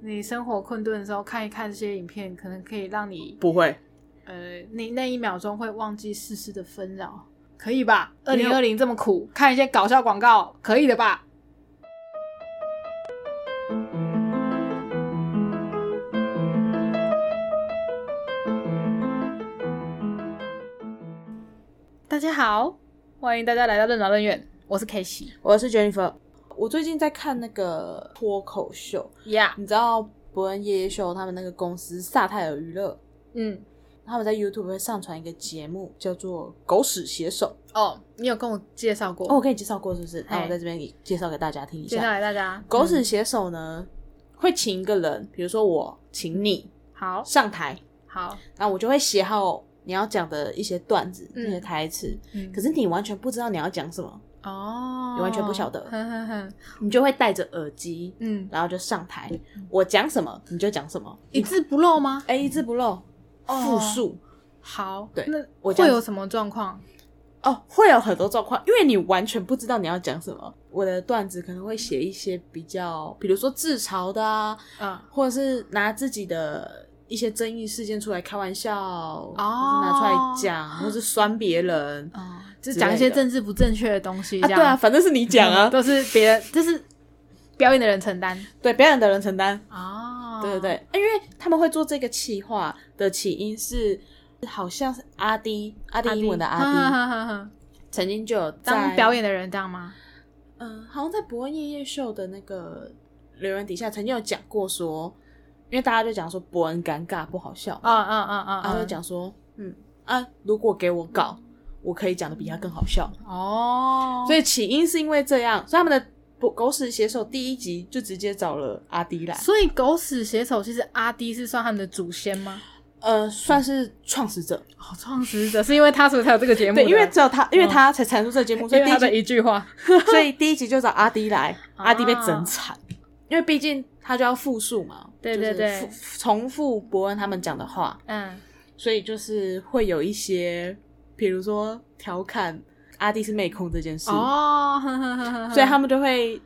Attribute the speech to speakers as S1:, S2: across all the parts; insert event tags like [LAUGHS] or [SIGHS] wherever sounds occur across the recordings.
S1: 你生活困顿的时候看一看这些影片，可能可以让你
S2: 不会，
S1: 呃，你那一秒钟会忘记世事的纷扰，可以吧？二零二零这么苦，看一些搞笑广告，可以的吧？大家好，欢迎大家来到任劳任怨，我是 K 西
S2: 我是 Jennifer。我最近在看那个脱口秀，
S1: 呀，
S2: 你知道伯恩夜夜秀他们那个公司萨泰尔娱乐，
S1: 嗯，
S2: 他们在 YouTube 会上传一个节目，叫做《狗屎写手
S1: 哦，你有跟我介绍》。过，
S2: 哦，我跟你介绍过是不是？那
S1: 哎
S2: 我在这边也介绍给大家听一
S1: 介绍
S2: 下。
S1: 给大家，
S2: 狗屎
S1: 嗯
S2: 写手呢，会请一个人，比如说我请你
S1: 好
S2: 上台，
S1: 好，
S2: 那我就会写好你要讲的一些段子、
S1: 嗯
S2: 一些台词，
S1: 嗯
S2: 可是你完全不知道你要讲什么，
S1: 哦，嗯
S2: 你完全不
S1: [LAUGHS]
S2: 晓得
S1: 哼哼哼，
S2: 你就会戴着耳机，
S1: 嗯，
S2: 然后就上台，我讲什么你就讲什么，
S1: 一字不漏吗？
S2: 哎一字不漏，
S1: 哦
S2: 复述
S1: 好，
S2: 对
S1: 那
S2: 我这
S1: 会
S2: 样
S1: 有什么状况？
S2: 哦，会有很多状况，因为你完全不知道你要讲什么。我的段子可能会写一些比较，比如说自嘲的啊，
S1: 嗯，
S2: 或者是拿自己的一些争议事件出来开玩笑，哦
S1: 哦
S2: 拿出来讲，或是酸别人啊，
S1: 哦，就
S2: 之
S1: 讲一
S2: 类
S1: 些
S2: 的
S1: 政治不正确的东西，这
S2: 对
S1: 样嗯
S2: 啊，反正是你讲啊，
S1: 都是别人，就是表演的人承担
S2: 对，表演的人承担。
S1: 哦，
S2: 对对对，因为他们会做这个企划的起因是，好像是阿迪，阿迪
S1: 阿弟，
S2: 英文的
S1: 哼
S2: 阿迪，
S1: 哼哼 [LAUGHS] 哼
S2: 曾经就有在
S1: 当表，演的人这样吗？
S2: 嗯、好像在伯恩夜夜秀的那个留言底下曾经有讲过说，因为大家就讲说伯恩尴尬不好笑，
S1: 啊啊啊啊！
S2: 然后就讲说，嗯啊，如果给我搞，我可以讲的比他更好笑，
S1: 哦，
S2: 所
S1: 以
S2: 以起因是因为这样，所以他们的狗狗屎写手第一集就直接找了阿迪来，
S1: 所以狗屎写手其实阿迪是算他们的祖先吗？
S2: 呃，算是创始者。
S1: 哦，创始者是因为他所以才有这个节目的，
S2: 对，因为只有他，因为
S1: 嗯
S2: 他才产出这个节目，所
S1: 因
S2: 以
S1: 为
S2: 第一
S1: 他的
S2: 集，
S1: 一句话， [LAUGHS]
S2: 所以第一集就找阿迪来，
S1: 啊
S2: 阿迪被整惨，因为毕竟他就要复述嘛，
S1: 对
S2: 就是
S1: 对对
S2: 复重复伯恩他们讲的话，
S1: 嗯，
S2: 所以就是会有一些，比如说调侃阿迪是妹控这件事，
S1: 哦，哼哼哼哼哼
S2: 所以他们就会，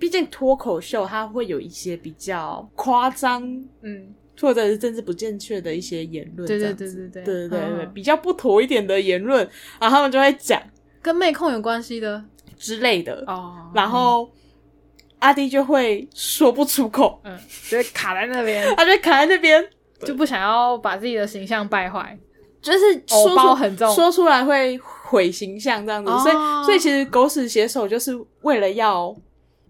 S2: 毕竟脱口秀它会有一些比较夸张。
S1: 嗯。
S2: 或者是政治不正确的一些言论，
S1: 对
S2: 这
S1: 对
S2: 样
S1: 对
S2: 子
S1: 对对
S2: 对对对对，
S1: 嗯
S2: 比较不妥一点的言论，然后他们就会讲
S1: 跟妹控有关系的
S2: 之类的，
S1: 哦
S2: 然后阿弟就会说不出口，
S1: 嗯，就会卡在那边，
S2: 他就卡在那边，
S1: 就不想要把自己的形象败坏。
S2: 就是
S1: 偶
S2: 说出
S1: 包很重
S2: 说出来会毁形象这样子，
S1: 哦
S2: 所以所以其实狗屎写手就是为了要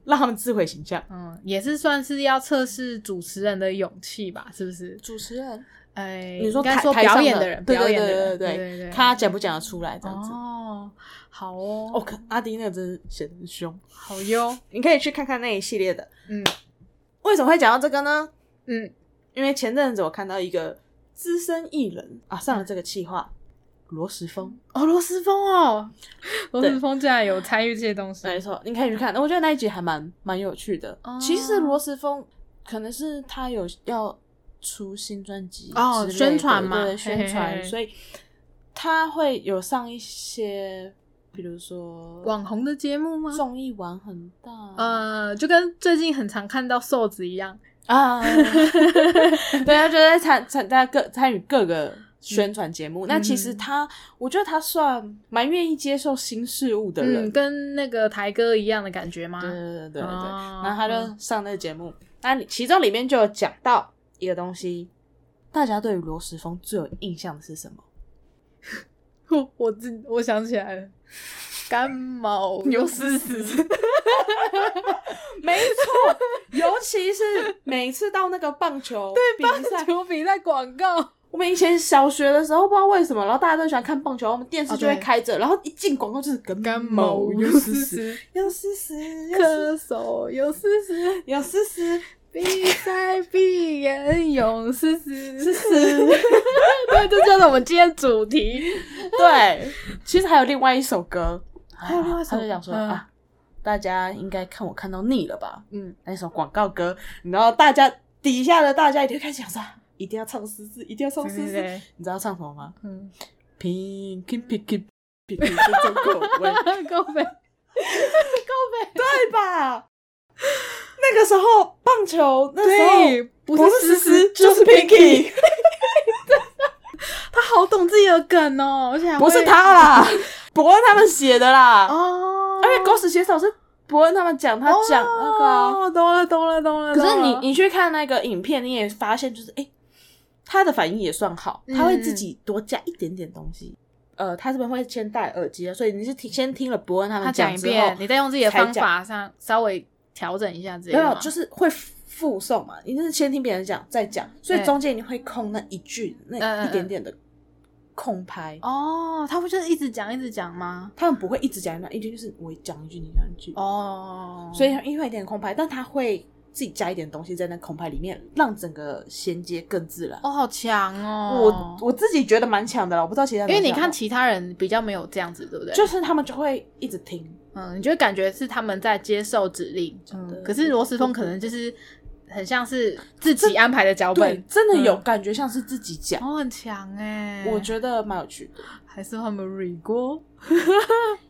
S2: 让他们自毁形象。
S1: 嗯，也是算是要测试主持人的勇气吧，是不是？
S2: 主持人，
S1: 哎，
S2: 你说
S1: 应该
S2: 台
S1: 说
S2: 台上
S1: 表演的人，
S2: 对
S1: 表
S2: 对
S1: 演的
S2: 对对
S1: 人，
S2: 对
S1: 对对，
S2: 看他讲不讲得出来这样子。
S1: 哦，好
S2: 哦，
S1: 哦，
S2: 可阿迪那个真是写的很凶，
S1: 好哟，
S2: 你可以去看看那一系列的。
S1: 嗯
S2: 为什么会讲到这个呢？
S1: 嗯，
S2: 因为前阵子我看到一个资深艺人啊上了这个企划，罗时丰，
S1: 哦，罗斯峰哦，罗斯峰竟然有参与这些东西，
S2: 没错，你可以去看。我觉得那一集还蛮蛮有趣的。
S1: 哦
S2: 其实罗时丰可能是他有要出新专辑
S1: 哦
S2: 之类的
S1: 宣传嘛
S2: 对宣传，
S1: 嘿嘿嘿
S2: 所以他会有上一些，比如说
S1: 网红的节目吗？
S2: 综艺玩很大，
S1: 呃，就跟最近很常看到瘦子一样，
S2: 啊， [LAUGHS] 对，啊他就在参参在各参与各个宣传节目。那其实
S1: 嗯
S2: 他，我觉得他算蛮愿意接受新事物的人，
S1: 嗯，跟那个台哥一样的感觉吗？
S2: 对对对对对。
S1: 哦
S2: 然后他
S1: 嗯
S2: 就上那个节目，那里其中里面就有讲到一个东西，大家对于罗时丰最有印象的是什么？
S1: 我嗯 [LAUGHS] 我自我想起来了，干毛
S2: 牛丝
S1: 丝，
S2: 没错，尤其是每次到那个棒球 [LAUGHS] 对比赛，
S1: 球比赛广告
S2: 我们以前小学的时候，不知道为什么，然后大家都喜欢看棒球，我们电视
S1: 哦
S2: 就会
S1: 对
S2: 开着，然后一进广告就是干
S1: 有
S2: 有
S1: 丝
S2: 丝丝，有丝丝，
S1: 咳嗽有丝丝，
S2: 有丝丝，
S1: 比赛闭眼有丝丝，
S2: 丝
S1: [LAUGHS]
S2: 丝。[LAUGHS]
S1: 对，这就是我们今天主题。
S2: 对，其实还有另外一首歌，
S1: 还有另外一首
S2: 他就讲说
S1: 嗯
S2: 啊，大家应该看我看到腻了吧？
S1: 嗯，
S2: 那首广告歌，然后大家底下的大家一定开始想说，啊一定要唱丝丝，一定要唱丝丝。
S1: 对，
S2: 你知道唱什么吗
S1: 嗯， [LAUGHS]
S2: ？Pink Pink Pink Pink 是中国味。
S1: 够呗，
S2: 对吧？那个时候棒球那时
S1: 对
S2: 候，
S1: 不
S2: 不
S1: 是
S2: 是
S1: 思思
S2: 思就
S1: 就
S2: 是
S1: 是
S2: Pinky，
S1: 他好懂自己的梗哦，而且还会
S2: 不是他啦，伯恩他们写的啦。
S1: 哦，
S2: 而且狗屎写手是伯恩他们讲，他讲那个啊、
S1: 哦，懂了懂了懂了。
S2: 可是
S1: 懂
S2: 你
S1: 了
S2: 你去看那个影片，你也发现就是，哎、他的反应也算好，
S1: 嗯
S2: 他会自己多加一点点东西。呃，他这边会先戴耳机的，所以你是听先听了伯恩他
S1: 他
S2: 们
S1: 讲一
S2: 之后
S1: 遍，，你再用自己的
S2: 才
S1: 方
S2: 讲
S1: 法上稍微调整一下自己。
S2: 没有，就是会附送嘛，你就是先听别人讲再讲，所以
S1: 对
S2: 中间你会空那一句那
S1: 嗯嗯
S2: 一点点的空拍，
S1: 哦，他不就是一直讲一直讲吗？
S2: 他们不会一直讲那一句，就是我讲一句你讲一句，
S1: 哦，
S2: 所以因为有点空拍，但他会自己加一点东西在那空拍里面，让整个衔接更自然。
S1: 哦，好强哦
S2: 我。我自己觉得蛮强的了，我不知道其他人
S1: 因为
S2: 有没
S1: 你
S2: 有
S1: 看
S2: 想
S1: 其他人比较没有这样子，对不对？
S2: 法，就是他们就会一直听，
S1: 嗯，你就会感觉是他们在接受指令，嗯
S2: 真的
S1: 可是罗斯峰可能就是很像是自己安排的脚
S2: 对
S1: 本，，
S2: 真的有
S1: 嗯
S2: 感觉像是自己讲，
S1: 哦，很强哎、
S2: 我觉得蛮有趣的，
S1: 还是他们 re 过，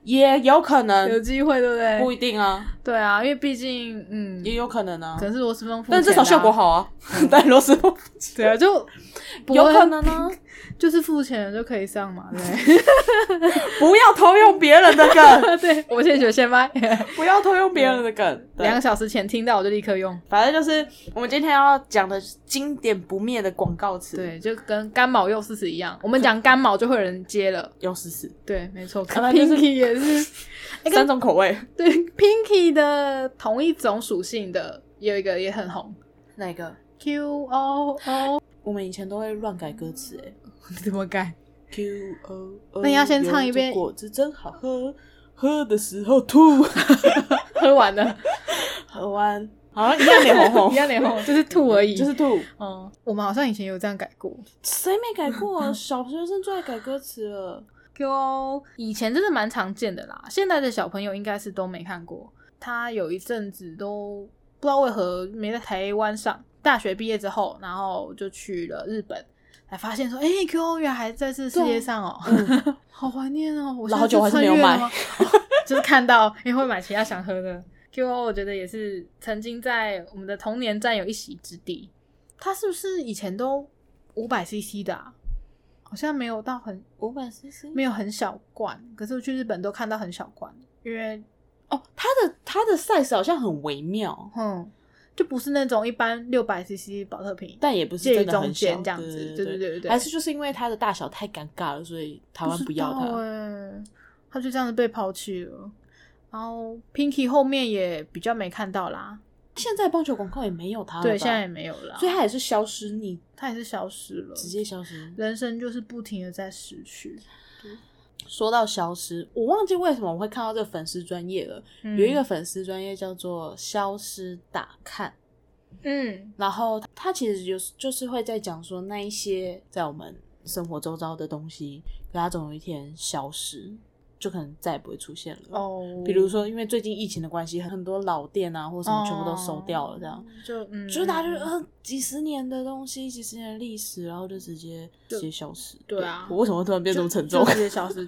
S2: 也有可
S1: 有
S2: 能
S1: 机会，对不对？
S2: 不一定啊，
S1: 对啊，因为毕竟嗯，
S2: 也有可能啊
S1: 可，能是罗斯峰付钱的啊、嗯
S2: 但至少效果好啊， [LAUGHS] 但罗斯福
S1: 对啊，就
S2: 有可能啊呢，
S1: 就是付钱就可以上嘛，
S2: [LAUGHS]
S1: 对
S2: 不要偷用别人的
S1: [LAUGHS]
S2: 梗，
S1: 不对？对，我现学现
S2: [LAUGHS]
S1: 卖，
S2: 不要偷用别人的梗，对
S1: 两个小时前听到我就立刻用。
S2: 反正就是我们今天要讲的经典不灭的广告词，，
S1: 对，就跟干毛又四十一样，我们讲干毛就会有人接了。
S2: 有四十
S1: 对，没错
S2: 啊那就是
S1: ，Pinky 也是， [LAUGHS]
S2: 三种口味，
S1: 对，Pinky 的同一种属性的有一个也很红
S2: 哪一个？
S1: ，Q O O，
S2: 我们以前都会乱改歌词，哎。
S1: 你怎么改？
S2: Q O O，
S1: 那你要先唱一遍
S2: 有这果汁真好喝，喝的时候
S1: [LAUGHS]
S2: 吐，
S1: [LAUGHS] 喝完了，
S2: 喝完好像一样脸
S1: [LAUGHS]
S2: 红
S1: 一
S2: 红，
S1: 样脸红，哦就是吐而已。
S2: 就是，吐。
S1: 嗯，我们好像以前有这样改过。
S2: 谁没改过啊？小学生最爱改歌词了。
S1: Q O 以前真的蛮常见的啦，现在的小朋友应该是都没看过。他有一阵子都不知道为何没在台湾上，大学毕业之后，然后就去了日本，才发现说，哎、q O 原来还在这世界上哦、
S2: 嗯
S1: [LAUGHS] 好怀念哦、我
S2: 然后就还是
S1: 穿
S2: 没有
S1: 越了
S2: 买
S1: 吗， [LAUGHS] 哦就是看到也会买其他想喝的。Q O 我觉得也是曾经在我们的童年占有一席之地。他是不是以前都五百 CC 的、啊？好像没有到很
S2: 五百 CC
S1: 没有很小罐，可是我去日本都看到很小罐，因为
S2: 哦，它的它的 size 好像很微妙，
S1: 哼，就不是那种一般六百 CC 保特瓶，
S2: 但也不是
S1: 介于
S2: 真的
S1: 中
S2: 很小
S1: 间这样子，
S2: 对
S1: 对
S2: 对
S1: 对对，
S2: 还是就是因为它的大小太尴尬了，所以台湾不要
S1: 知道
S2: 它。
S1: 欸他就这样子被抛弃了。然后 Pinky 后面也比较没看到啦，
S2: 现在棒球广告也没有它了吧，
S1: 对，现在也没有啦，
S2: 啊所以它也是消失匿，
S1: 他也是消失了，
S2: 直接消失。
S1: 人生就是不停的在失去。
S2: 说到消失，我忘记为什么我会看到这个粉丝专业了。
S1: 嗯
S2: 有一个粉丝专业叫做“消失打看
S1: 嗯”，
S2: 然后他其实就是就是会在讲说那一些在我们生活周遭的东西，可它总有一天消失，就可能再也不会出现了。
S1: 哦，
S2: 比如说，因为最近疫情的关系，很多老店啊或什么全部都收掉了，这样、
S1: 哦，就嗯，
S2: 就是大家就是
S1: 嗯
S2: 呃几十年的东西，几十年的历史，然后就直接
S1: 就
S2: 直接消失。
S1: 对啊
S2: 我为什么会突然变这么沉重
S1: 就？直接消
S2: [LAUGHS]
S1: 失。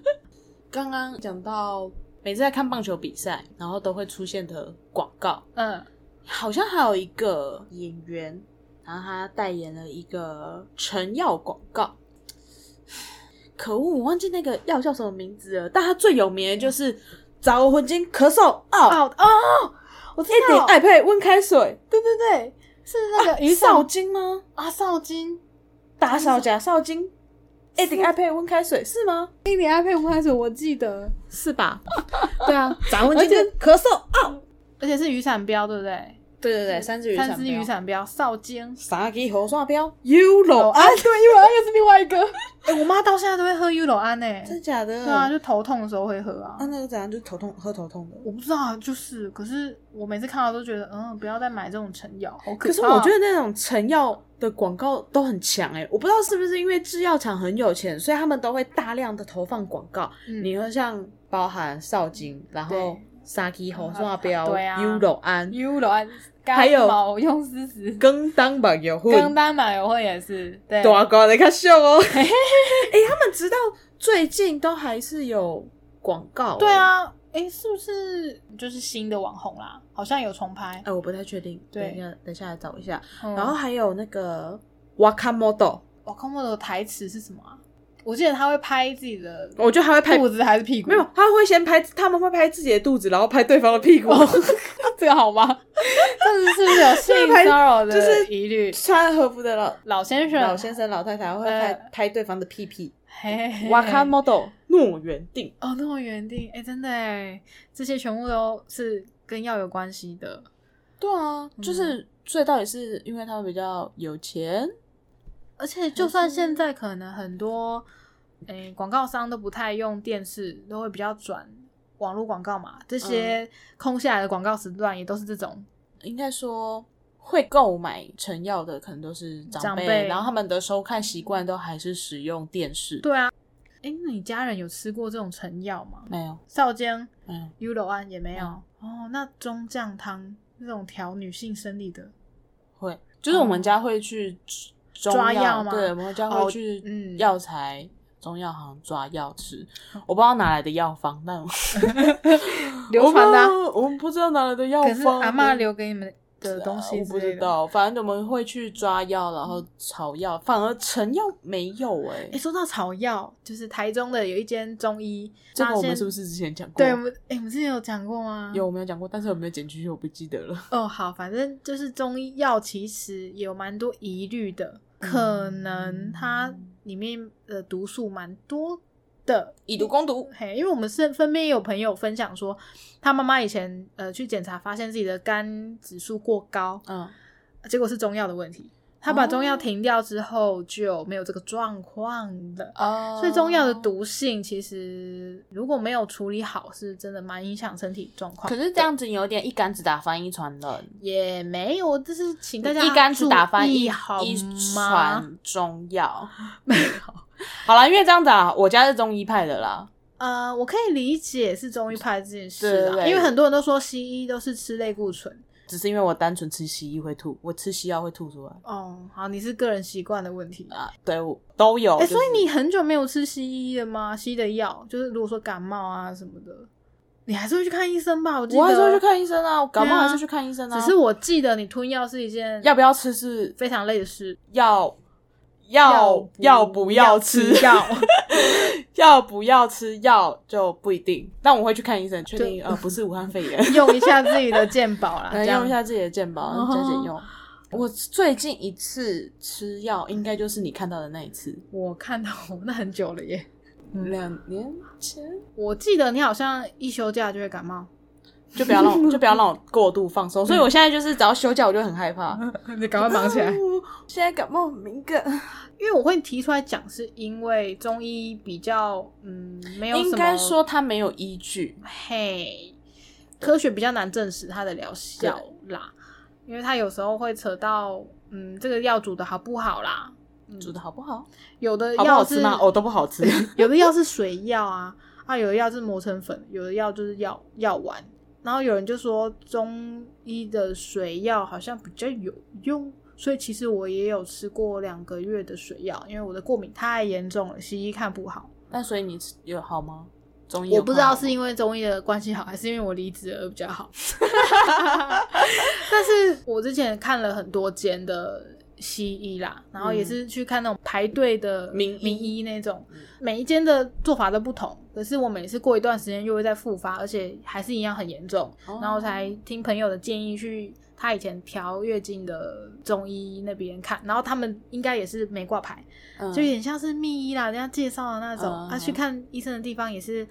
S2: 刚刚讲到每次在看棒球比赛，然后都会出现的广告，
S1: 嗯，
S2: 好像还有一个演员，然后他代言了一个成药广告。 [SIGHS] 可恶，我忘记那个药叫什么名字了，但他最有名的就是找我魂经咳嗽哦，
S1: 哦哦，我知
S2: 一
S1: 道
S2: 点，爱配温开水，
S1: 对对对，是那个
S2: 啊
S1: 雨
S2: 少
S1: 伞
S2: 精吗？
S1: 啊，少金，
S2: 打扫假少精，一点爱配温开水是吗？
S1: 一年爱配五开水，我记得，
S2: 是吧？对啊，找
S1: [LAUGHS]
S2: 魂
S1: 而
S2: 经
S1: 且
S2: 咳嗽哦，
S1: 而且是雨伞标，对不对？
S2: 对对对，三只雨伞，
S1: 三支雨伞标，少金。
S2: 啥给猴刷标？U 罗
S1: 啊，对，玉罗安又是另外一 [LAUGHS] 个。哎、我妈到现在都会喝玉罗安呢、
S2: 真假的？
S1: 对啊，就头痛的时候会喝啊。
S2: 啊，那个怎样？就是头痛，喝头痛的。
S1: 我不知道啊，就是，可是我每次看到都觉得，嗯，不要再买这种成药，好可怕。
S2: 可是我觉得那种成药的广告都很强哎、我不知道是不是因为制药厂很有钱，所以他们都会大量的投放广告。
S1: 嗯
S2: 你说像包含少精，然后
S1: 对
S2: 沙基红刷标、
S1: 对啊
S2: 优柔安、
S1: 玉罗安，
S2: 还
S1: 干
S2: 有
S1: 毛用丝丝，
S2: 更当白油混、
S1: 跟单买友会也是，对，
S2: 大哥你看秀 [LAUGHS] 哦。哎、他们直到最近都还是有广告、
S1: 对，啊，哎、哎，是不是就是新的网红啦？好像有重拍。
S2: 哎，我不太确定，
S1: 对
S2: 等一下等一下来找一下。
S1: 嗯
S2: 然后还有那个 Wakamoto，
S1: 我看过的台词是什么啊？我记得他会拍自己的
S2: 我觉得还会拍
S1: 肚子还是屁股？
S2: 没有，他会先拍，他们会拍自己的肚子，然后拍对方的屁股， [LAUGHS]
S1: 哦这个好 [LAUGHS] 吗？这是不是有性骚扰 [LAUGHS] 的
S2: 就是
S1: 疑虑？
S2: 穿和服的老
S1: 老先生，
S2: 老先生、老太太会拍、
S1: 呃
S2: 拍对方的屁 [LAUGHS] 屁。
S1: 嘿，嘿嘿
S2: 瓦卡 model [LAUGHS] 诺原定，
S1: 哦，那么原定，哎，真的哎，这些全部都是跟药有关系的。
S2: 对啊，
S1: 就
S2: 就是是、所以到底是因为他们比较有钱，
S1: 而且，就算现在可能很多，诶、广告商都不太用电视，都会比较转网络广告嘛。这些空下来的广告时段也都是这种，
S2: 应该说会购买成药的可能都是
S1: 长
S2: 长
S1: 辈
S2: 然后他们的收看习惯都还是使用电视。
S1: 对啊。诶、那你家人有吃过这种成药吗？
S2: 没有，
S1: 少姜、
S2: 没有，
S1: 优柔胺啊也没有。
S2: 嗯
S1: 哦，那中酱汤那种调女性生理
S2: [GASPS]
S1: 的，
S2: 会就是我们家会去中
S1: 嗯抓药
S2: 药
S1: 吗
S2: 对，我们家
S1: 哦
S2: 会去
S1: 嗯
S2: 药材。中药行抓药吃，我不知道哪来的药方，但
S1: 流传的啊、
S2: 我们我们不知道哪来的药
S1: 可是
S2: 方。
S1: 阿
S2: 我
S1: 嬷留给你们的东西
S2: 我
S1: 之
S2: 不
S1: 类
S2: 知
S1: 的。嗯
S2: 道，反正我们会去抓药，然后草药，反而成药没有哎、
S1: 哎、说到草药，就是台中的有一间中医，
S2: 这个
S1: 发
S2: 我们
S1: 现
S2: 是不是之前讲过？
S1: 对，我们哎、我们之前有讲过吗？
S2: 有我们有讲过，但是有没有讲进去我不记得 [LAUGHS] 了。
S1: 哦，好，反正就是中医药其实有蛮多疑虑的，可
S2: 嗯
S1: 能它里面的毒素蛮多的。
S2: 以毒攻毒，
S1: 嘿，因为我们身身边也有朋友分享说，他妈妈以前呃去检查，发现自己的肝指数过高，
S2: 嗯，
S1: 结果是中药的问题。他把中药
S2: 哦
S1: 停掉之后就没有这个状况了。
S2: [LAUGHS] 哦
S1: 所以中药的，毒性其实如果没有处理好，是真的蛮影响身体状况。
S2: 可是这样子有点一竿子打翻一船人，
S1: 也没有，就是请大家
S2: 一竿子打翻
S1: 注
S2: 一
S1: 意好
S2: 一
S1: 吗？
S2: 船中 [LAUGHS] 药。好啦，因为这样子啊，我家是中医派的啦，
S1: 呃，我可以理解是中医派这件事
S2: 对对
S1: 啊，
S2: 对
S1: 因为很多人都说西医都是吃类固醇。
S2: 只是因为我单纯吃西医会吐，我吃西药会吐出来
S1: 哦，好，你是个人习惯的问题。
S2: 啊，对，我都有。
S1: 哎、
S2: 就是
S1: 所以你很久没有吃西医了吗？西医的药，就是如果说感冒啊什么的，你还是会去看医生吧？我记得
S2: 我还是会去看医生啊，我感
S1: 对
S2: 冒
S1: 啊
S2: 还是去看医生啊。
S1: 只是我记得你吞药是一件
S2: 要不要吃是
S1: 非常累的事。
S2: 要要要不要吃
S1: 药？
S2: [LAUGHS] 要不要吃药就不一定。但我会去看医生，确定
S1: [LAUGHS]
S2: 呃不是武汉肺炎，
S1: 用一下自己的健保
S2: [LAUGHS]
S1: 啦，
S2: 可能
S1: 这样
S2: 用一下自己的健保
S1: 哎哦
S2: 加减用。我最近一次吃药应该就是你看到的那一次，
S1: 我看到那很久了耶，
S2: 两年前。
S1: 我记得你好像一休假就会感
S2: [LAUGHS]
S1: 冒，
S2: 就不要让
S1: [LAUGHS]
S2: 我，就不要让我过度放松，所以我现在就是只要休假我就很害怕，
S1: 你赶快嗯忙起来。
S2: [LAUGHS] 现在感冒很敏感，
S1: 因为我会提出来讲，是因为中医比较嗯没有什么
S2: 应该说它没有依据，
S1: 嘿，科学比较难证实它的疗效啦，因为它有时候会扯到嗯这个药煮的好不好啦，嗯
S2: 煮的好不好，
S1: 有的
S2: 好不好
S1: 药
S2: 吃
S1: 是
S2: 吗？哦，都不
S1: [LAUGHS]
S2: 好吃。
S1: 有的药是水药啊，啊，有的药是磨成粉，有的药就是药药丸。然后有人就说中医的水药好像比较有用，所以其实我也有吃过两个月的水药，因为我的过敏太严重了，西医看不好。
S2: 那所以你吃有好吗？中医
S1: 我不知道是
S2: 为
S1: 因为中医的关系好，还是因为我离职而比较
S2: [LAUGHS]
S1: 好。 [LAUGHS] 但是我之前看了很多间的西医啦，然后也是去看那种排队的
S2: 名医
S1: 名医那种
S2: 嗯，
S1: 每一间的做法都不同。可是我每次过一段时间又会再复发，而且还是一样很严重，
S2: 哦
S1: 然后才听朋友的建议去他以前调月经的中医那边看，然后他们应该也是没挂牌，就有点像是密医啦，人家介绍的那种。
S2: 嗯
S1: 啊，去看医生的地方也是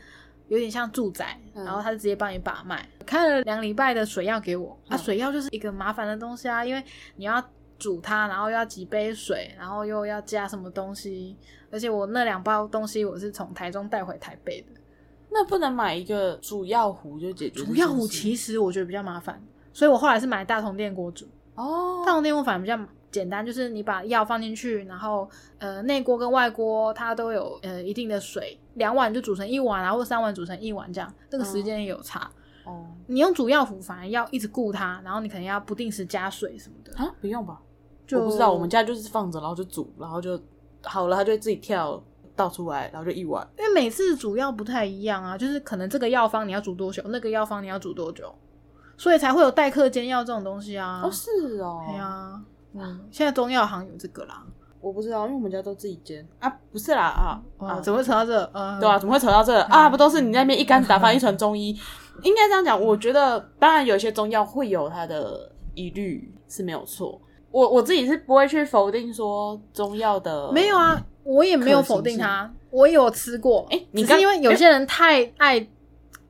S1: 有点像住宅，
S2: 嗯
S1: 然后他就直接帮你把脉。看了两礼拜的水药给我，啊，
S2: 嗯
S1: 水药就是一个麻烦的东西啊，因为你要煮它，然后又要几杯水，然后又要加什么东西，而且我那两包东西我是从台中带回台北的。
S2: 那不能买一个主药壶就解决这件事。
S1: 主要壶其实我觉得比较麻烦，所以我后来是买大同电锅煮。
S2: 哦，
S1: 大同电锅反而比较简单，就是你把药放进去，然后呃内锅跟外锅它都有呃一定的水，两碗就煮成一碗啊，然后三碗煮成一碗这样，这个时间也有差。
S2: 哦
S1: 你用主药壶反而要一直顾它，然后你可能要不定时加水什么的。
S2: 啊，不用吧？
S1: 就
S2: 我不知道，我们家就是放着，然后就煮，然后就好了，它就会自己跳。倒出来，然后就一碗。
S1: 因为每次煮药不太一样啊，就是可能这个药方你要煮多久，那个药方你要煮多久，所以才会有代客煎药这种东西啊。
S2: 哦，是哦，
S1: 对啊，嗯，现在中药行有这个啦。
S2: 我不知道，因为我们家都自己煎啊，不是啦啊
S1: 哇，
S2: 啊，
S1: 怎么会扯到这？呃，
S2: 对啊，怎么会扯到这啊？不都是你那边一竿子打翻一船中医？应该这样讲，
S1: 嗯
S2: 我觉得当然有一些中药会有它的疑虑是没有错。我我自己是不会去否定说中药的
S1: 没有啊，我也没有否定它，我也有吃过。
S2: 诶你
S1: 只
S2: 刚
S1: 是因为有些人太爱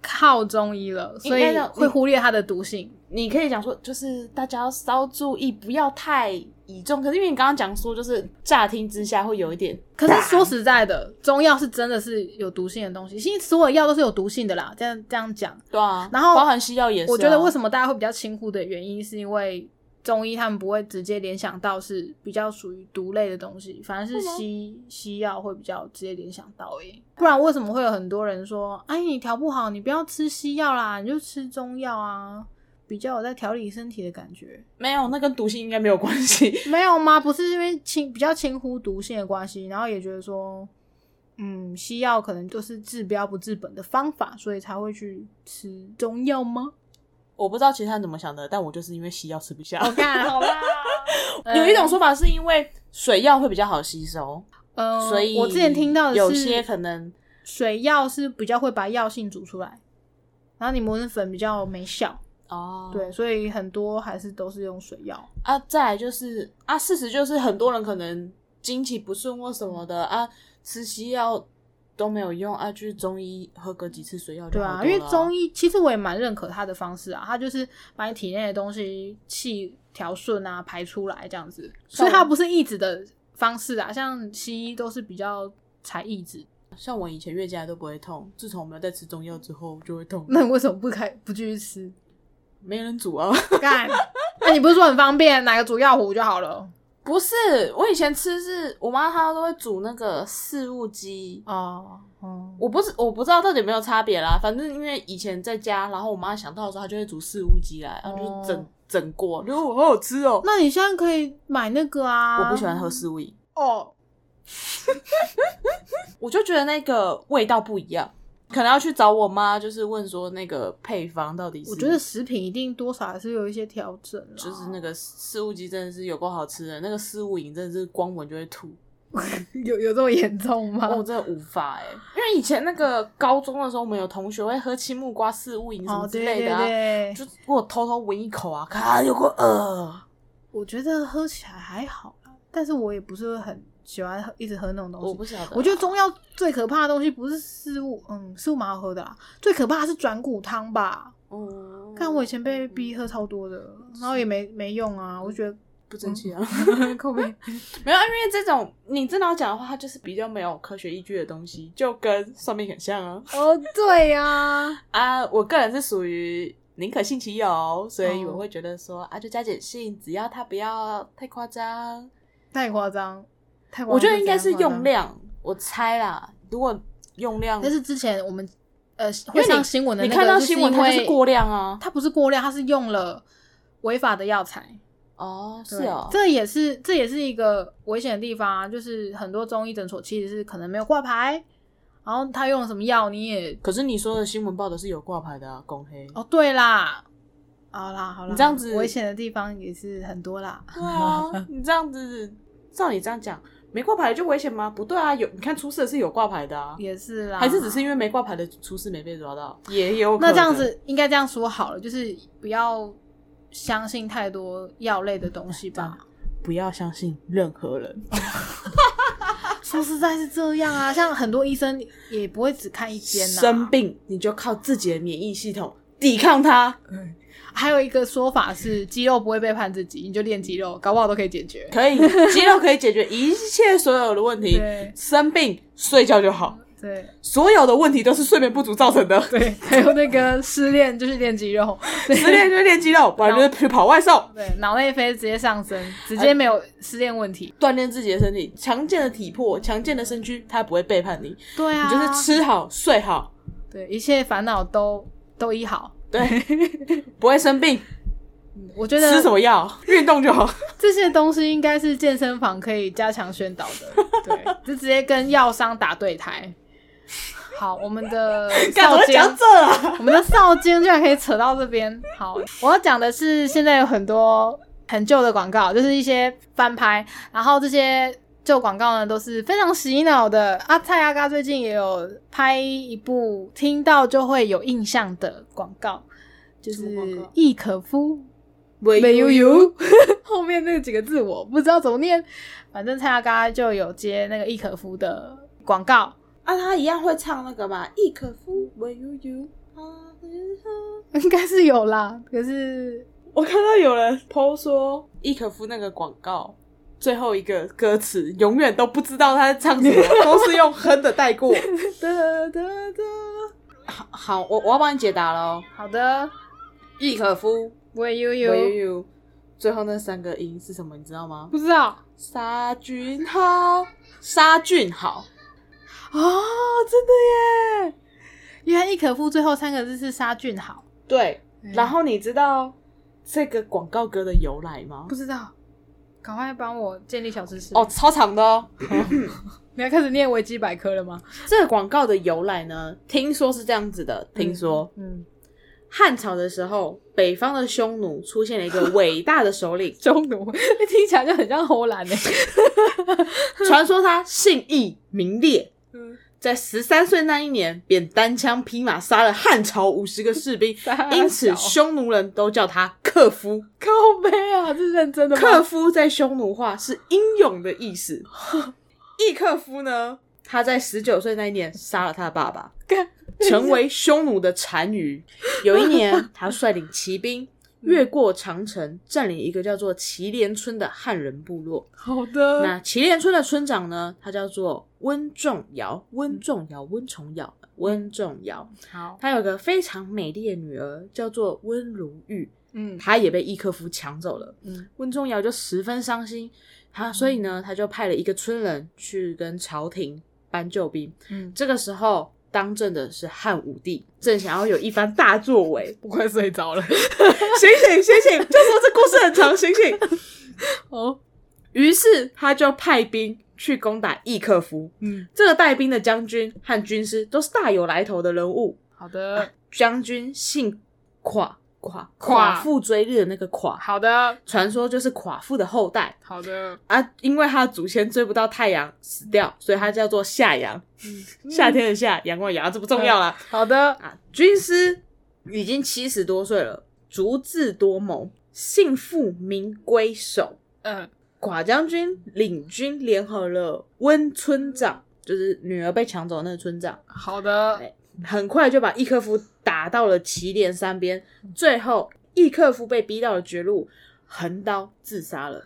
S1: 靠中医了，
S2: 应
S1: 所
S2: 该
S1: 以
S2: 的
S1: 会忽略它的毒性。
S2: 你可以讲说，就是大家要稍注意，不要太倚重。可是因为你刚刚讲说，就是乍听之下会有一点，
S1: 可是说实在的，中药是真的是有毒性的东西，其实所有药都是有毒性的啦。这样这样讲，
S2: 对啊，
S1: 然后
S2: 包含西药也是啊、
S1: 我觉得为
S2: 么
S1: 什么大家会比较轻忽的原因，是因为中医他们不会直接联想到是比较属于毒类的东西，反而是
S2: 会吗
S1: 西西药会比较直接联想到耶。不然为什么会有很多人说，哎，你调不好，你不要吃西药啦，你就吃中药啊，比较有在调理身体的感觉，
S2: 没有？那跟毒性应该没有关系。
S1: 没有吗？不是因为轻比较轻忽毒性的关系，然后也觉得说。嗯，西药可能就是治标不治本的方法，所以才会去吃中药吗？
S2: 我不知道其他人怎么想的，但我就是因为西药吃不下。，
S1: 我看好啦
S2: [LAUGHS] 有一种说法是因为水药会比较好吸收，
S1: 呃，
S2: 所以
S1: 我之前听到的是
S2: 有些可能
S1: 水药是比较会把药性煮出来，然后你磨成粉比较没效，
S2: 哦，
S1: 对，所以很多还是都是用水药。
S2: 啊，再来就是啊，事实就是很多人可能经期不顺或什么的啊，吃西药都没有用啊，去中医喝个几次水药就
S1: 对
S2: 好
S1: 啊，
S2: 多
S1: 因为
S2: 了
S1: 中医其实我也蛮认可他的方式啊，他就是把你体内的东西气调顺啊，排出来这样子，所以
S2: 像
S1: 它
S2: 我
S1: 不是抑制的方式啊，像西医都是比较才抑制。
S2: 像我以前月经来都不会痛，自从我们在吃中药之后就会痛，
S1: 那你为什么不开不继续吃？
S2: 没人煮啊。
S1: [LAUGHS]
S2: [LAUGHS]
S1: 干，那你不是说很方便，拿个煮药壶就好了？
S2: 不是，我以前吃是我妈她都会煮那个四物鸡，
S1: 哦，哦，
S2: 我不是我不知道到底有没有差别啦，反正因为以前在家，然后我妈想到的时候，她就会煮四物鸡来，然后就是整、
S1: 哦
S2: 整锅，就我好好吃哦。
S1: 那你现在可以买那个啊，
S2: 我不喜欢喝四物饮，
S1: 哦，
S2: 我就觉得那个味道不一样，可能要去找我妈，就是问说那个配方到底是。
S1: 我觉得食品一定多少还是有一些调整啦，
S2: 就是那个四物鸡真的是有够好吃的，那个四物饮真的是光闻就会
S1: [LAUGHS]
S2: 吐，
S1: [LAUGHS] 有有这么严重吗？
S2: 哦我真的无法哎、因为以前那个高中的时候，我们有同学会喝青木瓜四物饮什么
S1: 哦，
S2: 之
S1: 对
S2: 类
S1: 对
S2: 的啊，
S1: 对，
S2: 就我偷偷闻一口啊，咔有个呃，
S1: 我觉得喝起来还好啦，但是我也不是很喜欢喝，一直喝那种东西。
S2: 我不晓得啊，
S1: 我觉得中药最可怕的东西不是食物，嗯，食物蛮好喝的啦，最可怕的是转骨汤吧。
S2: 嗯，
S1: 看我以前被逼喝超多的，
S2: 哦
S1: 然后也没没用啊，我就觉得
S2: 不争气啊，
S1: 嗯 [LAUGHS] 口味
S2: [LAUGHS] 没有，因为这种你真的要讲的话，它就是比较没有科学依据的东西，就跟算命很像啊。
S1: 哦，对呀，
S2: 啊，我个人是属于宁可信其有，所以
S1: 哦
S2: 我会觉得说、啊，就加点信，只要它不要太夸张。
S1: 太夸张，太夸张
S2: 我觉得应该是
S1: 怎样夸张
S2: 用量，我猜啦。如果用量，
S1: 但是之前我们呃
S2: 因
S1: 会
S2: 为你
S1: 上新闻的
S2: 你
S1: 那个，
S2: 看到新闻，它
S1: 它
S2: 就是过，量啊。
S1: 它不是过量，它是用了违法的药材。
S2: 哦，是
S1: 对
S2: 哦，
S1: 这也是这也是一个危险的地方啊，就是很多中医诊所其实是可能没有挂牌，然后他用了什么药你也
S2: 可是你说的新闻报的是有挂牌的啊，公黑。
S1: 哦对啦，好啦好啦，
S2: 你这样子
S1: 危险的地方也是很多啦。
S2: 对啊，你这样子，照你这样讲，没挂牌就危险吗？不对啊，有你看出事的是有挂牌的啊，
S1: 也是啦，
S2: 还是只是因为没挂牌的出事没被抓到，也有可
S1: 那
S2: 能
S1: 这样子应该这样说好了，就是不要相信太多药类的东西
S2: 啊
S1: 吧。
S2: 不要相信任何人。
S1: 说实在是这样啊，像很多医生也不会只看一啊间呐、
S2: 生病你就靠自己的免疫系统抵抗它，
S1: 还有一个说法是，肌肉不会背叛自己，你就练肌肉，搞不好都可以解决。
S2: 可以肌肉可以解决一切所有的问题
S1: 对。
S2: 生病睡觉就好，
S1: 对
S2: 所有的问题都是睡眠不足造成的。
S1: 对，还有那个失恋就是练肌
S2: [LAUGHS]
S1: 肉，
S2: 失恋就是练肌肉，不然就是去跑外送，
S1: 对，脑内啡直接上升，直接没有失恋问题。
S2: [LAUGHS] 锻炼自己的身体，强健的体魄，强健的身躯，它不会背叛哎你。
S1: 对啊，
S2: 你就是吃好睡好，
S1: 对一切烦恼都都医好。
S2: 对，不会生病，
S1: 嗯我觉得
S2: 吃什么药？运动就好。
S1: 这些东西应该是健身房可以加强宣导
S2: [LAUGHS]
S1: 的，对，就直接跟药商打对台。好，我们的
S2: [LAUGHS] 干
S1: 少
S2: 嘛
S1: 坚，
S2: 讲这啊？
S1: [LAUGHS] 我们的少坚居然可以扯到这边。好，我要讲的是现在有很多很旧的广告，就是一些翻拍，然后这些旧广告呢都是非常洗脑的。阿蔡阿嘎最近也有拍一部听到就会有印象的广告，就
S2: 什么广
S1: 是
S2: 告
S1: 易可夫
S2: 没
S1: 美
S2: 有
S1: 悠
S2: 有
S1: 悠，后面那几个字我不知道怎么念，反正蔡阿嘎就有接那个易可夫的广告，
S2: 啊，他一样会唱那个吧？亦可夫为悠悠啊。
S1: 应该是有啦。可是 [LAUGHS]
S2: 我看到有人 PO 说亦可夫那个广告最后一个歌词永远都不知道他在唱什么， [LAUGHS] 都是用哼的带过。
S1: 哒哒哒，
S2: 好 [LAUGHS] 好，我我要帮你解答哦喽。
S1: 好的，
S2: 亦可夫
S1: 喂悠
S2: 为
S1: 悠，
S2: 悠悠，最后那三个音是什么？你知道吗？
S1: 不知道
S2: 杀菌好，杀菌好。
S1: 哦，真的耶！原来易可夫最后三个字是杀菌好，
S2: 对，
S1: 嗯
S2: 然后你知道这个广告歌的由来吗
S1: 不？知道，赶快帮我建立小知识
S2: 哦，，超长的哦。
S1: 你要开始念维基百科了吗？
S2: 这个广告的由来呢，听说是这样子的。听说、
S1: 嗯，嗯，，
S2: 汉朝的时候，北方的匈奴出现了一个伟大的首领 [LAUGHS]
S1: 匈奴 [LAUGHS] 听起来就很像荷兰欸诶。
S2: 传说他信义名烈，
S1: 嗯，
S2: 在十三岁那一年便单枪匹马杀了汉朝五十个士 [LAUGHS] 兵
S1: 傻，
S2: 因此
S1: 小
S2: 匈奴人都叫他克夫。
S1: 靠背啊，是认真的吗？
S2: 克夫在匈奴话是英勇的意思。 [LAUGHS] 易克夫呢，他在十九岁那一年杀了他的爸爸，
S1: 干
S2: 成为匈奴的单 [LAUGHS] 于。有一年，他率领骑兵越过长城，占领一个叫做祁连村的汉人部落。
S1: 好的，
S2: 那祁连村的村长呢，他叫做温仲尧，温仲尧，温重尧，温仲尧。
S1: 好，
S2: 他有个非常美丽的女儿，叫做温如玉，
S1: 嗯
S2: 她也被易克夫抢走了。
S1: 嗯
S2: 温仲尧就十分伤心，他所以呢，他就派了一个村人去跟朝廷搬救兵。
S1: 嗯，，
S2: 这个时候，当政的是汉武帝，正想要有一番大作为
S1: [LAUGHS] 我快睡着了。
S2: 醒醒醒醒！就说这故事很长，醒醒。
S1: 哦，
S2: 于是他就派兵去攻打易克夫。
S1: 嗯，
S2: 这个带兵的将军和军师都是大有来头的人物。
S1: 好的，
S2: 将军姓垮垮
S1: 垮
S2: 垮妇追日的那个垮，
S1: 好的，
S2: 传说就是垮妇的后代。
S1: 好的，
S2: 啊，因为他的祖先追不到太阳死掉，所以他叫做夏阳，
S1: 嗯
S2: 夏天的夏，阳光的阳，这不重要啦。
S1: 好的，
S2: 啊，军师已经七十多岁了，足智多谋，幸负民归守。
S1: 嗯
S2: 寡将军领军联合了温村长，就是女儿被抢走的那个村长，
S1: 好的，
S2: 哎很快就把伊克夫打到了祁连山边。最后，伊克夫被逼到了绝路，横刀自杀了。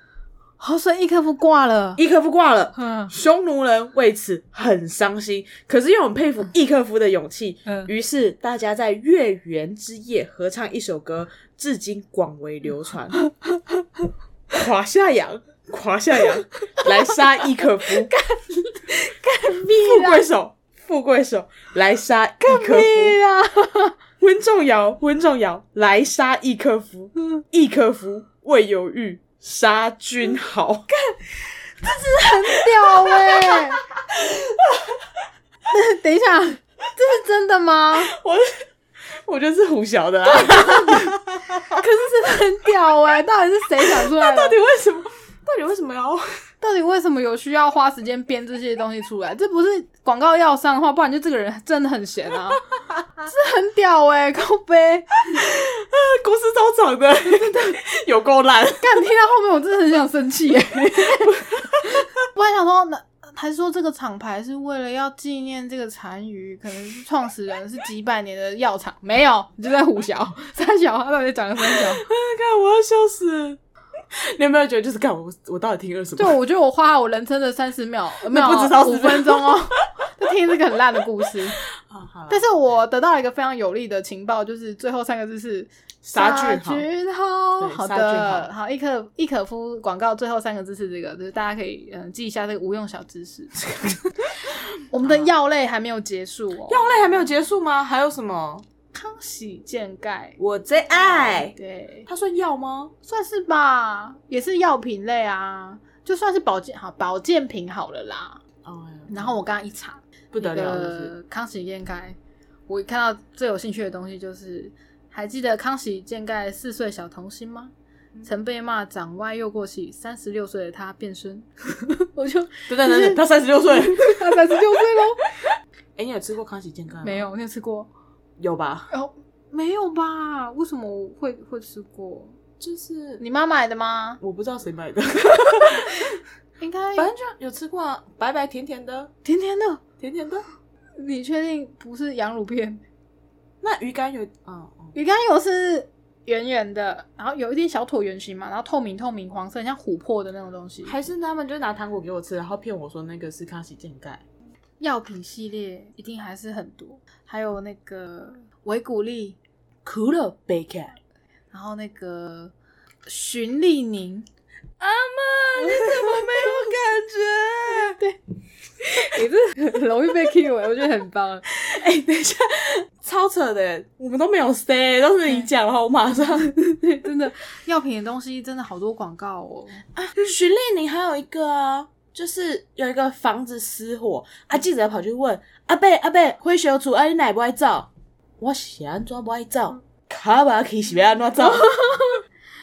S1: 好，所以伊克夫挂了。
S2: 伊克夫挂了。
S1: 嗯
S2: 匈奴人为此很伤心，可是又很佩服易克夫的勇气。
S1: 嗯，
S2: 于是大家在月圆之夜合唱一首歌，至今广为流传。垮下羊，垮下羊，来杀易克夫，富贵手，富贵手，来杀易克夫。
S1: 啦！
S2: 温仲尧，温仲尧，来杀易克夫，易克夫未犹豫，杀君豪。
S1: 屌哎、 [LAUGHS] 等一下，这是真的吗？
S2: 我我觉得是胡晓的啊。
S1: 可是真的很屌哎、到底是谁想出来
S2: [LAUGHS] 到
S1: 的？
S2: 底为什么？到底为什么要？
S1: 到底为什么有需要花时间编这些东西出来？这不是广告要上的话，不然就这个人真的很闲啊！这很屌哎、靠背。
S2: 公司超长 [LAUGHS] 的，有够烂。
S1: 干，听到后面我真的很想生气耶！ [LAUGHS] 我还想说，那还说这个厂牌是为了要纪念这个单于，可能是创始人是几百年的药厂，没有，你就在胡小 [LAUGHS] 三小，他到底讲了三小？
S2: [LAUGHS] 看，我要笑死。你有没有觉得就是看我我到底听了什
S1: 对，
S2: 么？
S1: 我觉得我花了我人生的三十秒，呃没有
S2: 不知道是
S1: 五分钟哦， [LAUGHS] 就听这个很烂的故事。
S2: 啊，好啦
S1: 但是我得到了一个非常有力的情报，就是最后三个字是
S2: 杀菌好
S1: 菌好，
S2: 对
S1: 好
S2: 杀菌
S1: 的，好，易可易可夫广告最后三个字是这个，就是大家可以嗯记一下这个无用小知识。 [LAUGHS] 我们的药类还没有结束哦，
S2: 药类还没有结束吗？还有什么？
S1: 康熙健钙，
S2: 我最爱。
S1: 对，
S2: 它算药吗？
S1: 算是吧，也是药品类啊，就算是保健好保健品好了啦。
S2: 哦，
S1: 然后我刚刚一查，
S2: 不得了，是不是
S1: 呃，康熙健钙，我看到最有兴趣的东西就是，还记得康熙健钙四岁小童星吗？
S2: 嗯
S1: 曾被骂长歪又过气，三十六岁的他变 [LAUGHS] 身，我就
S2: 等等等等，他三十六岁。 [LAUGHS]
S1: 他三十六岁 [LAUGHS] 喽，
S2: 哎，你有吃过康熙健康？
S1: 没，有，你有吃过？
S2: 有吧？
S1: 哦，没有吧？为什么我会会吃过？
S2: 就是
S1: 你妈买的吗？
S2: 我不知道谁买的，
S1: 应该
S2: [LAUGHS] 反正就有吃过啊，白白甜甜的，
S1: 甜甜的。
S2: 甜甜的。
S1: 你确定不是羊乳片？
S2: 那鱼干有，嗯嗯，
S1: 鱼肝油是圆圆的，然后有一点小椭圆形嘛，然后透明透明黄色，很像琥珀的那种东西。
S2: 还是他们就拿糖果给我吃，然后骗我说那个是康熙健钙。
S1: 药品系列一定还是很多，还有那个维骨力，
S2: 可乐杯盖，
S1: 然后那个循利宁，
S2: [LAUGHS] 我 [LAUGHS] 没有感觉。
S1: 很容易被 Q，欸我觉得很棒。
S2: 哎、等一下，超扯的，我们都没有 say，都是你讲了，我 [LAUGHS] 马上。
S1: 真的， [LAUGHS] 药品的东西真的好多广告哦。
S2: 啊，徐丽宁还有一个啊，就是有一个房子失火，啊，记者跑去问阿伯阿伯，火烧厝，啊，你哪不爱走？我是安怎不爱走？卡巴去是要安怎 [LAUGHS] 走？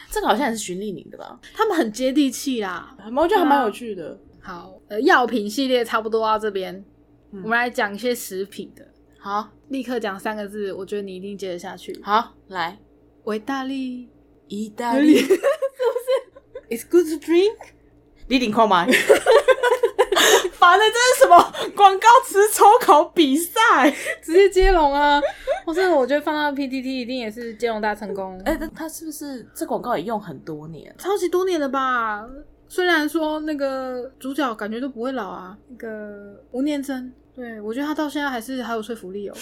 S2: 这个好像也是徐丽宁的吧？
S1: 他们很接地气啦。
S2: 啊我觉得还蛮有趣的。
S1: 好，呃，药品系列差不多到这边，
S2: 嗯
S1: 我们来讲一些食品的。
S2: 好，
S1: 立刻讲三个字，我觉得你一定接得下去。
S2: 好，来，
S1: 维大利，
S2: 意大利，It's good to drink。你领扣吗？ [LAUGHS] 烦的，这是什么广告词抽考比赛？
S1: [LAUGHS] 直接接龙啊！我真的，我觉得放到 PTT 一定也是接龙大成 [LAUGHS] 功。
S2: 哎、那他是不是这广告也用很多年？
S1: 超级多年了吧？虽然说那个主角感觉都不会老啊，那个吴念真，对我觉得他到现在还是好有说服
S2: [LAUGHS]
S1: 力哦。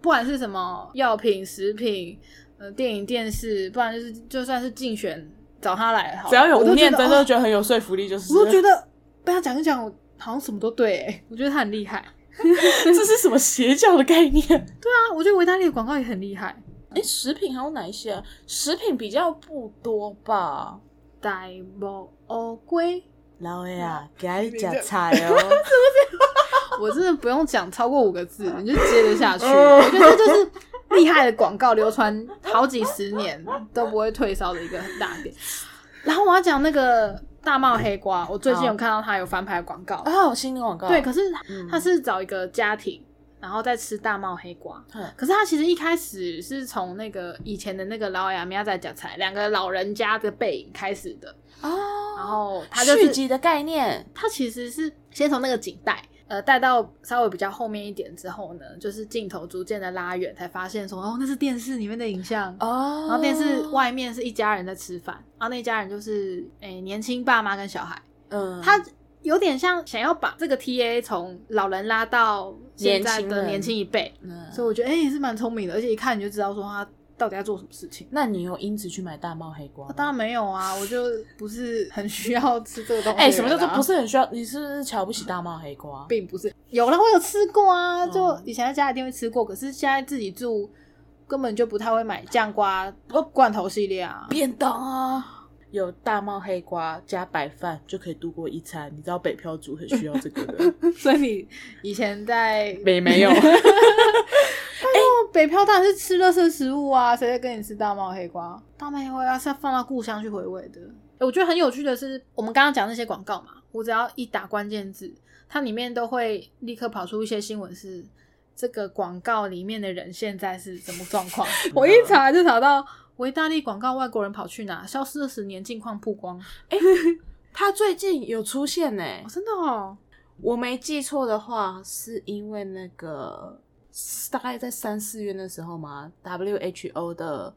S1: 不管是什么药品、食品，呃，电影、电视，不然就是就算是竞选找他来好了，
S2: 只要有
S1: 我都
S2: 吴念
S1: 觉
S2: 真，
S1: 得
S2: 都
S1: 哦
S2: 觉得很有说服力，就是
S1: 我都觉得被他讲一讲，我好像什么都对、欸， [LAUGHS] 我觉得他很厉害。
S2: 这是什么邪教的概念？ [LAUGHS]
S1: 对啊，我觉得维达利的广告也很厉害。
S2: 哎、食品还有哪一些、啊？食品比较不多吧。
S1: 大木乌龟，
S2: 老魏啊，给他吃菜 [LAUGHS] 哦。
S1: 我真的不用讲超过五个字，你就接得下去。
S2: 嗯
S1: 我觉得这就是厉害的广告，流传好几十年都不会退烧的一个很大点。然后我要讲那个大帽黑瓜，我最近有看到它有翻拍广告，
S2: 嗯哦，新的广告。
S1: 对，可是
S2: 嗯
S1: 它是找一个家庭，然后再吃大帽黑瓜。
S2: 嗯
S1: 可是它其实一开始是从那个以前的那个老雅米亚仔讲才两个老人家的背影开始的，
S2: 哦，
S1: 然后它就是
S2: 续集的概念。
S1: 它其实是先从那个景带，呃，带到稍微比较后面一点之后呢，就是镜头逐渐的拉远，才发现说，哦，那是电视里面的影像。
S2: 哦，
S1: 然后电视，外面是一家人在吃饭，然后那一家人就是诶、年轻爸妈跟小孩，
S2: 嗯，
S1: 他有点像想要把这个 TA 从老人拉到现在
S2: 年轻
S1: 的
S2: 人
S1: 年轻一辈，
S2: 嗯
S1: 所以我觉得诶、也是蛮聪明的，而且一看你就知道说他到底在做什么事 [LAUGHS] 情。
S2: 那你有因此去买大帽黑瓜吗？
S1: 当然没有啊，我就不是很需要吃这个东西的人啊。
S2: 哎、什么叫做不是很需要？你是不是瞧不起大帽黑瓜？
S1: 并不是有啦，我有吃过啊，
S2: 嗯
S1: 就以前在家一定会吃过，可是现在自己住根本就不太会买酱瓜呃罐头系列啊。
S2: 便当啊，有大帽黑瓜加白饭就可以度过一餐。你知道北漂族很需要这个 [LAUGHS] 的。
S1: [LAUGHS] 所以你以前在
S2: 没没 [LAUGHS] 有
S1: 哦北漂当然是吃垃圾食物啊，谁在跟你吃大帽黑瓜？大帽黑瓜是要放到故乡去回味的。欸我觉得很有趣的是，我们刚刚讲那些广告嘛，我只要一打关键字，它里面都会立刻跑出一些新闻是。这个广告里面的人现在是什么状况？ [LAUGHS] 我一查就查到维大利广告，外国人跑去哪？消失二十年，近况曝光。哦，
S2: 他最近有出现呢、
S1: 真的哦，
S2: 我没记错的话，是因为那个是大概在三四月的时候嘛，WHO 的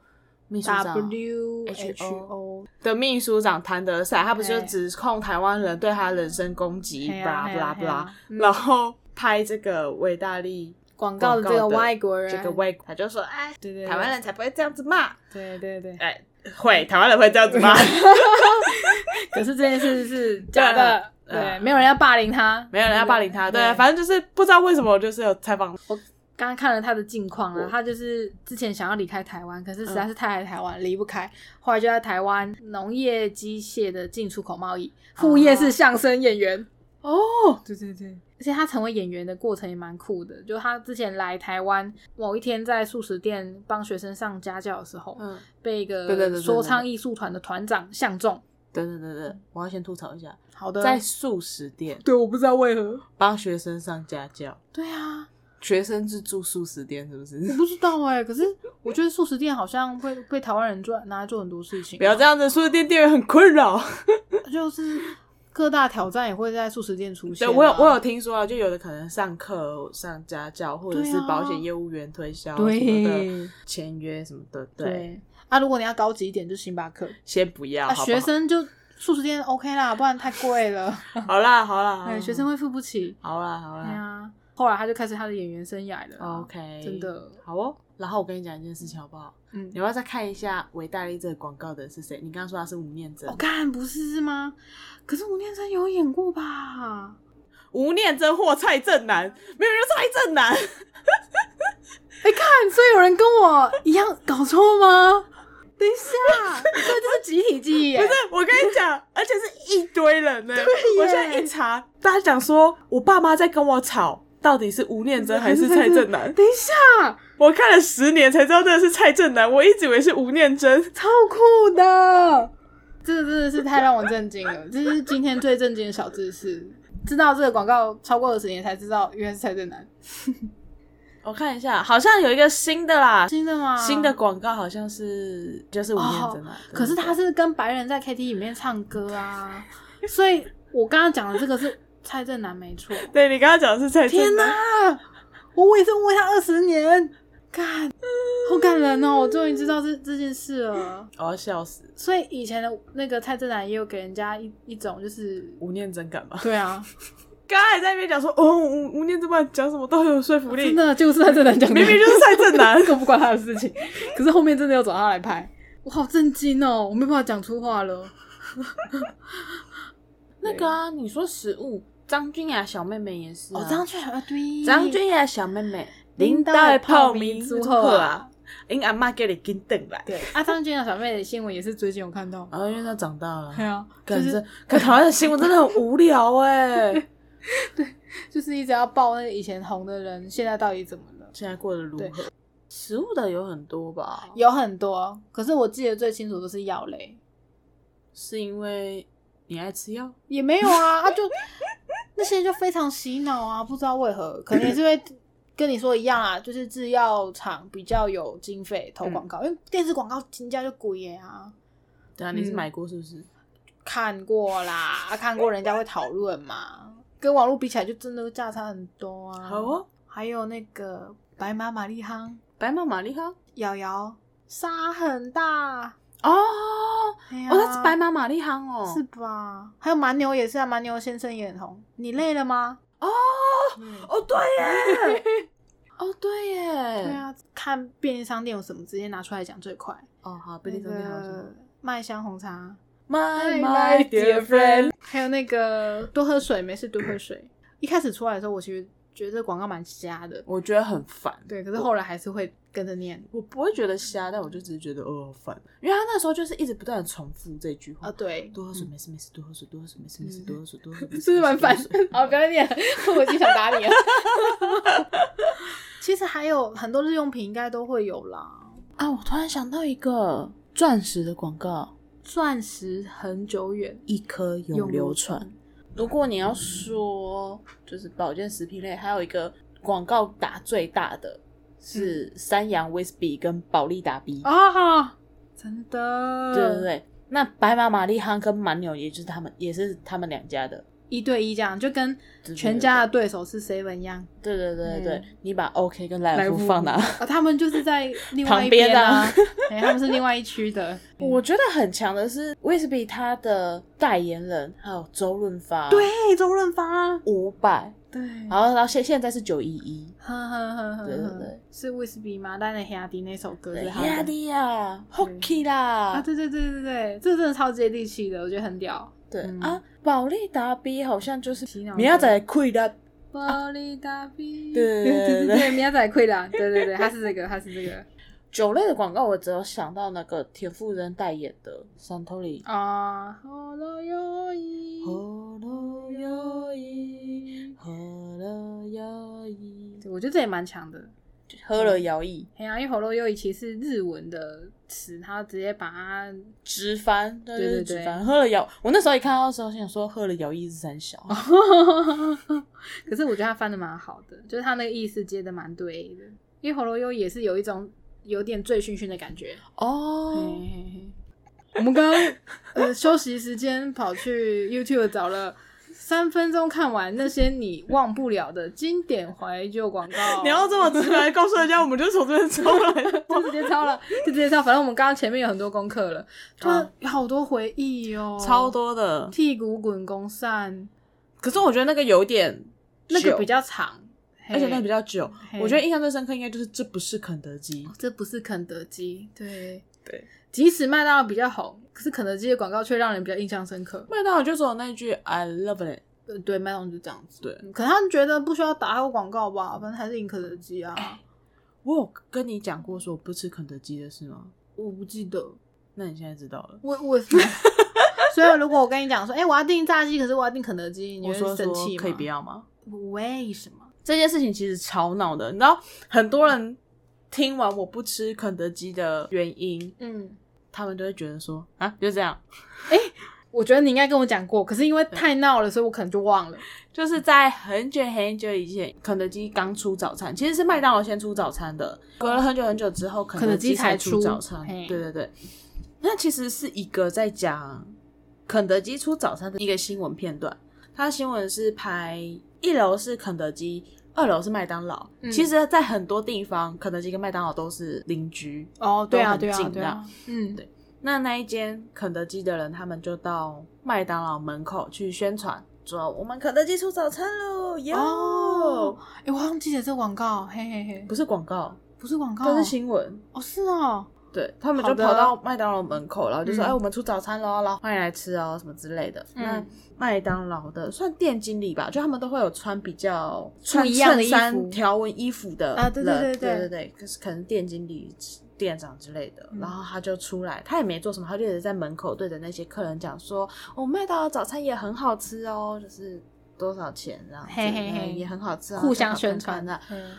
S2: 秘书长
S1: W H O
S2: WHO 的秘书长谭德赛，他不是
S1: 哎
S2: 就指控台湾人对他人身攻击，
S1: 嘿
S2: 布
S1: 啊
S2: 拉
S1: 嘿
S2: 布拉
S1: 啊
S2: 布
S1: 嘿啊
S2: 拉，
S1: 嗯
S2: 然后拍这个维大利
S1: 广告的这个
S2: 广告的
S1: 外国人，
S2: 这个外，他就说，哎，
S1: 对对对
S2: 台湾人才不会这样子骂，
S1: 对对对，
S2: 哎，会台湾人会这样子骂。 [LAUGHS]
S1: [LAUGHS] 可是这件事是假的，
S2: 对啊
S1: 对，没有人要霸凌他，啊
S2: 没有人要霸凌他，对，
S1: 正
S2: 反正就是不知道为什么，就是有采访
S1: 刚刚看了他的近况啊了，他就是之前想要离开台湾，可是实在是太爱台湾，离不开，后来就在台湾农业机械的进出口贸易，副业是相声演员。
S2: 哦，
S1: 哦对对对，而且他成为演员的过程也蛮酷的。就他之前来台湾某一天在素食店帮学生上家教的时候，
S2: 嗯，
S1: 被一
S2: 对对
S1: 个
S2: 对对
S1: 说唱艺术团的团长相中。
S2: 等等等等，我要先吐槽一下，
S1: 好的，
S2: 在素食店
S1: 对，我不知道为何。
S2: 帮学生上家教，
S1: 对啊，
S2: 学生是住素食店是不
S1: 我
S2: 是？ [LAUGHS]
S1: 不知道哎、可是我觉得素食店好像会被台湾人做拿来做很多事情
S2: 不，要这样子，素食店店员很困扰。
S1: 就是各大挑战也会在素食店出现
S2: 对
S1: 啊、
S2: 我有我有听说啊，就有的可能上课上家教，或者
S1: 对啊
S2: 是保险业务员推销什么的，
S1: 对
S2: 签约什么的，对，
S1: 对啊，如果你要高级一点，就星巴克
S2: 先不要，
S1: 啊，
S2: 好不好
S1: 学生就素食店 OK 啦，不然太贵了，
S2: 好啦好啦，好啦
S1: [LAUGHS] 哎，学生会付不起。
S2: 好啦好
S1: 对
S2: 啦
S1: 啊，后来他就开始他的演员生涯了啊。
S2: ，OK，
S1: 真的，
S2: 好哦。然后我跟你讲一件事情好不好？
S1: 嗯
S2: 你，要不要再看一下维戴利这个广告的是谁？你刚刚说他是吴念真
S1: 我，看、哦不是吗？可是吴念真有演过吧？
S2: 吴念真或蔡正南，没有人叫蔡正南，
S1: 哎、看，所以有人跟我一样搞错吗？等一下，所以这是集体记忆耶，
S2: [LAUGHS] 不是，我跟你讲，而且是一堆人呢、
S1: 耶
S2: 我现在一查，大家讲说我爸妈在跟我吵，到底是吴念真 [LAUGHS] 还是蔡正南？
S1: 等一下，
S2: 我看了十年才知道那是蔡正南，我一直以为是吴念真。
S1: 超酷的！这真的是太让我震惊了，这是今天最震惊的小知识。知道这个广告超过二十年才知道，原来是蔡正南。
S2: 我看一下，好像有一个新的啦，
S1: 新的吗？
S2: 新的广告好像是就是吴念真啊。对
S1: 可是他是跟白人在 KT 里面唱歌啊，所以我刚刚讲的这个是蔡正南没错。
S2: 对你刚刚讲的是蔡
S1: 天
S2: 正南，
S1: 哪！我我也是为他二十年，干，好感人哦！我终于知道这这件事了。
S2: 我要笑死。
S1: 所以以前的那个蔡正南也有给人家一一种就是，
S2: 吴念真干嘛？
S1: 对啊，
S2: 刚刚还在那边讲说，哦，吴吴念真不管讲什么都很有说服力，
S1: 真的就是蔡正南讲的，
S2: 明明就是蔡正南
S1: [LAUGHS] 根。本不关他的事情。可是后面真的要找他来拍，我好震惊哦！我没办法讲出话了。
S2: [LAUGHS] 那个啊，你说食物，张君雅小妹妹也是、啊。
S1: 哦，张俊啊，对，
S2: 张君雅小妹妹，
S1: 林
S2: 林
S1: 黛
S2: 黛
S1: 泡
S2: 泡
S1: 米
S2: 米
S1: 组
S2: 组
S1: 合
S2: 合
S1: 啊
S2: 啊，因阿妈叫你紧等来。
S1: 对啊，张俊的小妹的新闻也是最近有看到。
S2: 然后因为她长
S1: [LAUGHS]
S2: 大了，
S1: 对啊，就
S2: 感
S1: 是
S2: 觉可台湾的新闻真的很无聊哎、
S1: [LAUGHS] 就是一直要报那个以前红的人，现在到底怎么了？
S2: 现在过得如何？食物的有很多吧，
S1: 有很多，可是我记得最清楚的是药类，
S2: 是因为你爱吃药，
S1: 也没有啊，啊就那些就非常洗脑啊，不知道为何，可能也是因为跟你说一样啊，就是制药厂比较有经费投
S2: 嗯
S1: 广告，因为电视广告金价就贵耶啊。
S2: 对啊，你是
S1: 嗯
S2: 买过是不是？
S1: 看过啦，啊看过人家会讨论嘛，跟网络比起来就真的价差很多啊。
S2: 好哦，
S1: 还有那个白马玛丽夯，
S2: 白马玛丽哈
S1: 瑶瑶沙很大，
S2: 哦，哦，
S1: 哎呀
S2: 那是白马玛丽哈哦，
S1: 是吧？还有蛮牛也是啊，蛮牛先生也很红。你累了吗？嗯
S2: 哦哦对耶，
S1: [LAUGHS]
S2: 哦对耶，
S1: 对，啊，看便利商店有什么，直接拿出来讲最快。
S2: 哦好，便利商店好什么
S1: 那个麦香红茶，
S2: ？My
S1: 还有那个多喝水，没事多喝水。一开始出来的时候，我其实觉得这广告蛮瞎的，
S2: 我觉得很烦。
S1: 对，可是后来还是会跟着念
S2: 我不会觉得瞎，但我就只是觉得哦好烦，因为他那时候就是一直不断的重复这句话
S1: 啊，，对，
S2: 多喝水没事没事，多喝水多喝水没事没事，多喝水多喝水，没事
S1: 是不是蛮烦
S2: 多喝
S1: [LAUGHS]
S2: 水？
S1: 好，不要再念了，我已经想打你了。 [LAUGHS] 其实还有很多日用品应该都会有啦，
S2: 啊！我突然想到一个钻石的广告，
S1: 钻石很久远，
S2: 一颗永流传。。如果你要说就是保健食品类，还有一个广告打最大的是三洋威士比跟保利达 B，、
S1: 啊，真的，
S2: 对对，对。那白马玛丽汉跟蛮牛，也就是他们，也是他们两家的，
S1: 一对一这样，就跟
S2: 对对
S1: 全家的对手是 seven 一样。
S2: 对对对对对，
S1: 嗯
S2: 你把 OK 跟莱尔夫哎放哪？
S1: 啊，他们就是在另外一
S2: 旁边的
S1: 啊
S2: 啊，
S1: [LAUGHS] 哎，他们是另外一区的。
S2: [LAUGHS]
S1: 嗯
S2: 我觉得很强的是威士比他的代言人还有周润发，
S1: 对周润发，
S2: 五百，
S1: 对，
S2: 然后到现现在是九一一，
S1: [LAUGHS] 呵呵呵呵，
S2: 对对对，
S1: 是威士比吗？但是黑亚迪那首歌是他
S2: 亚
S1: 的。
S2: 迪呀，Hockey
S1: 啊，
S2: 啦，
S1: 对对对对对，这真的超接地气的，我觉得很屌。
S2: 对
S1: 嗯
S2: 啊，保利达 B 好像就是
S1: 洗脑歌
S2: 明仔载开啦，
S1: 暴力大逼，
S2: 啊对对
S1: 对
S2: 对对
S1: 对，米亚仔亏啦，啊对对对，他是这个，他是这个
S2: 酒类的广告，我只有想到那个田馥甄代言的 Suntory。
S1: 啊，好了哟咦
S2: 喝了摇椅，喝了摇椅，
S1: 对我觉得这也蛮强的。
S2: 喝了摇椅，
S1: 嘿啊，因为喉咙优以其实是日文的词，他直接把它 [LAUGHS]
S2: 直翻，对
S1: 对
S2: 对
S1: 对
S2: 直翻。喝了摇，我那时候一看到的时候，想说喝了摇椅是三小。
S1: 可是我觉得他翻的蛮好的，就是他那个意思接的蛮对的，因为喉咙优也是有一种有点醉醺醺的感觉。嘿
S2: [LAUGHS] 哦，
S1: 嘿嘿，我们刚刚呃休息时间跑去 YouTube 找了三分钟看完那些你忘不了的经典怀旧广告，
S2: [LAUGHS] [LAUGHS] 你要这么直白地告诉人家，我们就从这边抽 [LAUGHS] 来。
S1: 就直接抄了，就直接抄。反正我们刚刚前面有很多功课了，就
S2: 好
S1: 好多回忆哦，
S2: 超多的。
S1: 屁股滚弓扇，
S2: 可是我觉得那个有点
S1: 那个
S2: 久
S1: 比，较长，
S2: 哦而且那个比
S1: 较。
S2: 较久。
S1: 嘿
S2: 我觉得印象最深刻应该就是这不是肯德基。
S1: 这不是肯德基，对
S2: 对，
S1: 即使麦当劳比较红，可是肯德基的广告却让人比较印象深刻。
S2: 麦当劳就只有那句 I love it。
S1: 呃，对，麦当劳就这样子。
S2: 对，
S1: 嗯可能他们觉得不需要打他广告吧，反正还是赢肯德基
S2: 哎
S1: 啊。
S2: 我有跟你讲过说我不吃肯德基的事吗？
S1: 我不记得，
S2: 那你现在知道了。
S1: 我我
S2: [LAUGHS]
S1: 所以如果我跟你讲说，哎、我要订炸鸡，可是我要订肯德基，你
S2: 我
S1: 会
S2: 说
S1: 生
S2: 说
S1: 气吗？
S2: 可以不要吗？
S1: 为什么？
S2: 这件事情其实超闹的，你知道很多人听完我不吃肯德基的原因，
S1: 嗯，
S2: 他们都会觉得说啊就这样，
S1: 我觉得你应该跟我讲过，可是因为太闹了，所以我可能就忘了。
S2: 就是在很久很久以前，肯德基刚出早餐，其实是麦当劳先出早餐的，隔了很久很久之后，肯
S1: 肯德基
S2: 基
S1: 才
S2: 才
S1: 出
S2: 早餐。
S1: 嘿
S2: 对对对，那其实是一个在讲肯德基出早餐的一个新闻片段。它新闻是拍一楼是肯德基，二楼是麦当劳。
S1: 嗯
S2: 其实，在很多地方，肯德基跟麦当劳都是邻居。
S1: 哦，对啊，
S2: 都很
S1: 对啊，
S2: 近
S1: 对啊，嗯，
S2: 对那那一间肯德基的人，他们就到麦当劳门口去宣传，说我们肯德基出早餐喽，哟、
S1: 哦，哎、我忘记了这广告，嘿嘿嘿，
S2: 不是广告，
S1: 不是广告，
S2: 这是新闻。
S1: 哦，是哦，
S2: 对他们
S1: 好
S2: 就
S1: 的
S2: 跑到麦当劳门口，然后就说：“
S1: 嗯
S2: 哎、我们出早餐喽，然后欢迎来吃哦，什么之类的。
S1: 嗯
S2: 那麦当劳的算店经理吧，就他们都会有穿比较
S1: 不一样的衣服
S2: 穿衬衫条纹衣服的
S1: 啊对对
S2: 人
S1: 对对
S2: 对对对，可是可能店经理、店长之类的。
S1: 嗯
S2: 然后他就出来，他也没做什么，他就一直在门口对着那些客人讲说：“哦，麦当劳早餐也很好吃哦，就是多少钱这样子，
S1: 嘿嘿嘿
S2: 也很好吃、啊，
S1: 互相
S2: 好好
S1: 宣
S2: 看看
S1: 传
S2: 的。”
S1: 嗯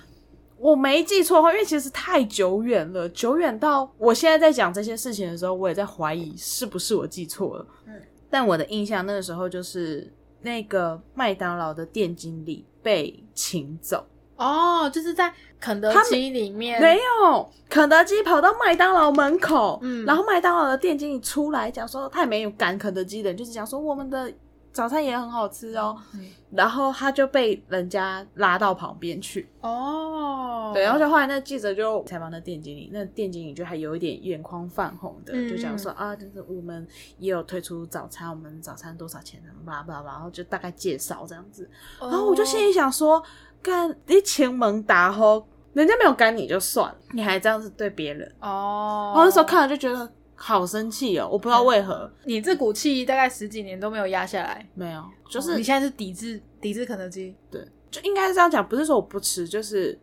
S2: 我没记错的话，因为其实太久远了，久远到我现在在讲这些事情的时候，我也在怀疑是不是我记错了。
S1: 嗯，
S2: 但我的印象那个时候就是那个麦当劳的店经理被请走，
S1: 哦，就是在肯德基里面，
S2: 没有，肯德基跑到麦当劳门口，
S1: 嗯
S2: 然后麦当劳的店经理出来讲说，他也没有赶肯德基的人，就是讲说我们的早餐也很好吃哦，
S1: 嗯
S2: 然后他就被人家拉到旁边去。
S1: 哦，
S2: 对，然后就后来那记者就采访那店经理，那店经理就还有一点眼眶泛红的，
S1: 嗯
S2: 就讲说啊，就是我们也有推出早餐，我们早餐多少钱呢？啊巴拉巴拉，然后就大概介绍这样子。
S1: 哦，
S2: 然后我就心里想说，干你前门打吼，人家没有赶你就算了，你还这样子对别人。
S1: 哦，嗯
S2: 然后那时候看了就觉得好生气哦，我不知道为何、
S1: 你这股气大概十几年都没有压下来，
S2: 没有，就
S1: 哦
S2: 是
S1: 你现在是抵制抵制肯德基，
S2: 对，就应该是这样讲，不是说我不吃，就是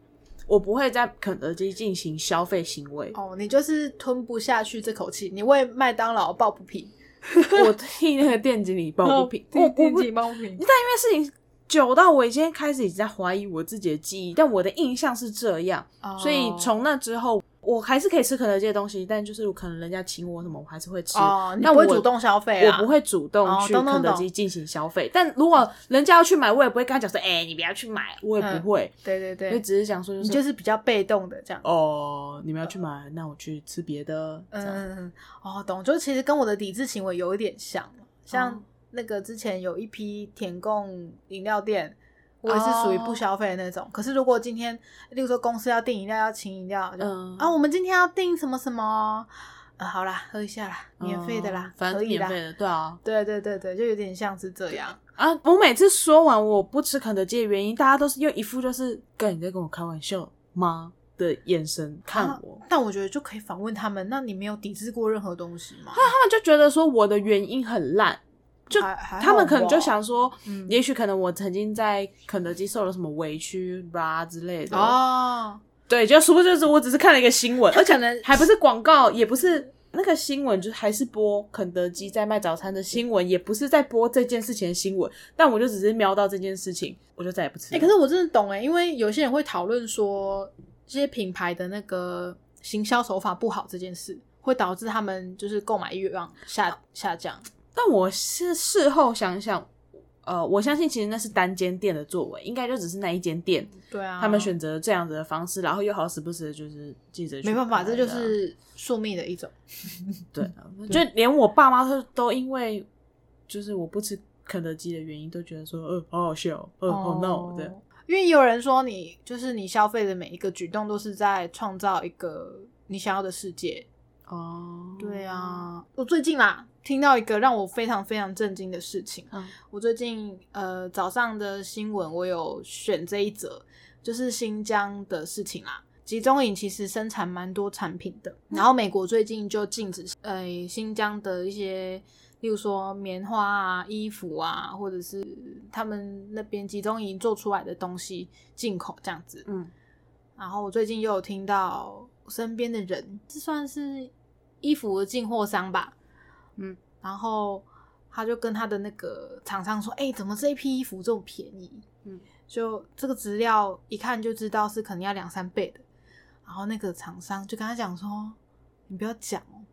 S2: 我不会在肯德基进行消费行为。
S1: 哦，你就是吞不下去这口气，你为麦当劳抱不平，，
S2: [LAUGHS] 我替那个店经理抱不平嗯哦
S1: [LAUGHS]
S2: 我我不
S1: 自
S2: 因
S1: 己抱不平，
S2: 为事情久到我已经开始已经在怀疑我自己的记忆，但我的印象是这样，
S1: 哦
S2: [LAUGHS] 所以从那之后我还是可以吃肯德基的东西，但就是可能人家请我什么，我还是会吃。
S1: 哦，你
S2: 那
S1: 不会
S2: 我
S1: 主动消费
S2: 我
S1: 啊，
S2: 不会主动去
S1: 哦懂懂
S2: 肯德基进行消费，但如果人家要去买，我也不会跟他讲说，哎、你不要去买，我也不会，
S1: 对对
S2: 我、
S1: 嗯对，嗯
S2: 只是想说就
S1: 你
S2: 是，
S1: 就是比较被动的这样。
S2: 哦，你们要去买，那我去吃别的，这样，
S1: 嗯，哦，懂，就其实跟我的抵制行为有一点像，像
S2: 哦
S1: 那个之前有一批舔供饮料店，我也是属于不
S2: 哦
S1: 消费的那种。可是如果今天，例如说公司要订饮料要请饮料，就、
S2: 嗯
S1: 啊，我们今天要订什么什么，呃，好啦，喝一下啦，免费的啦
S2: 嗯，反正
S1: 可
S2: 是
S1: 以
S2: 免
S1: 啦。
S2: 费的，对啊，
S1: 对对对对，就有点像是这样。
S2: 啊！我每次说完我不吃肯德基的原因，大家都是用一副就是“跟你在跟我开玩笑吗”的眼神看我，
S1: 啊但我觉得就可以反问他们，那你没有抵制过任何东西吗？
S2: 他们就觉得说我的原因很烂，就
S1: 还还好
S2: 他们可能就
S1: 吧
S2: 想说，
S1: 嗯
S2: 也许可能我曾经在肯德基受了什么委屈啦之类的。，
S1: 哦，
S2: 对，就殊不知是我只是看了一个
S1: [LAUGHS]
S2: 新闻，
S1: 他
S2: 而且
S1: 可能
S2: 还不是广告，也不是那个新闻，就是还是播肯德基在卖早餐的新闻，也不是在播这件事情的新闻。但我就只是瞄到这件事情，我就再也不吃
S1: 哎、
S2: 了。
S1: 可是我真的懂哎、因为有些人会讨论说这些品牌的那个行销手法不好这件事，会导致他们就是购买欲望下下降。
S2: 但我是事后想想，呃，我相信其实那是单间店的作为，应该就只是那一间店，
S1: 对啊，
S2: 他们选择这样子的方式，然后又好死不死地就是记者去
S1: 没办法，
S2: 拍的
S1: 这就是嗯宿命的一种。
S2: 对，就连我爸妈都都因为就是我不吃肯德基的原因，都觉得说，呃，好好笑，呃，好
S1: 哦
S2: 闹这样。
S1: 因为也有人说你就是你消费的每一个举动都是在创造一个你想要的世界。
S2: 哦，
S1: 对，啊，我最近啦听到一个让我非常非常震惊的事情。
S2: 嗯
S1: 我最近呃早上的新闻我有选这一则，就是新疆的事情啦。集中营其实生产蛮多产品的，然后美国最近就禁止呃新疆的一些，例如说棉花啊、衣服啊，或者是他们那边集中营做出来的东西进口这样子。
S2: 嗯，
S1: 然后我最近又有听到身边的人，这算是衣服的进货商吧，
S2: 嗯，
S1: 然后他就跟他的那个厂商说：“哎、怎么这一批衣服这么便宜？”
S2: 嗯，
S1: 就这个资料一看就知道是可能要两三倍的。然后那个厂商就跟他讲说：“你不要讲哦，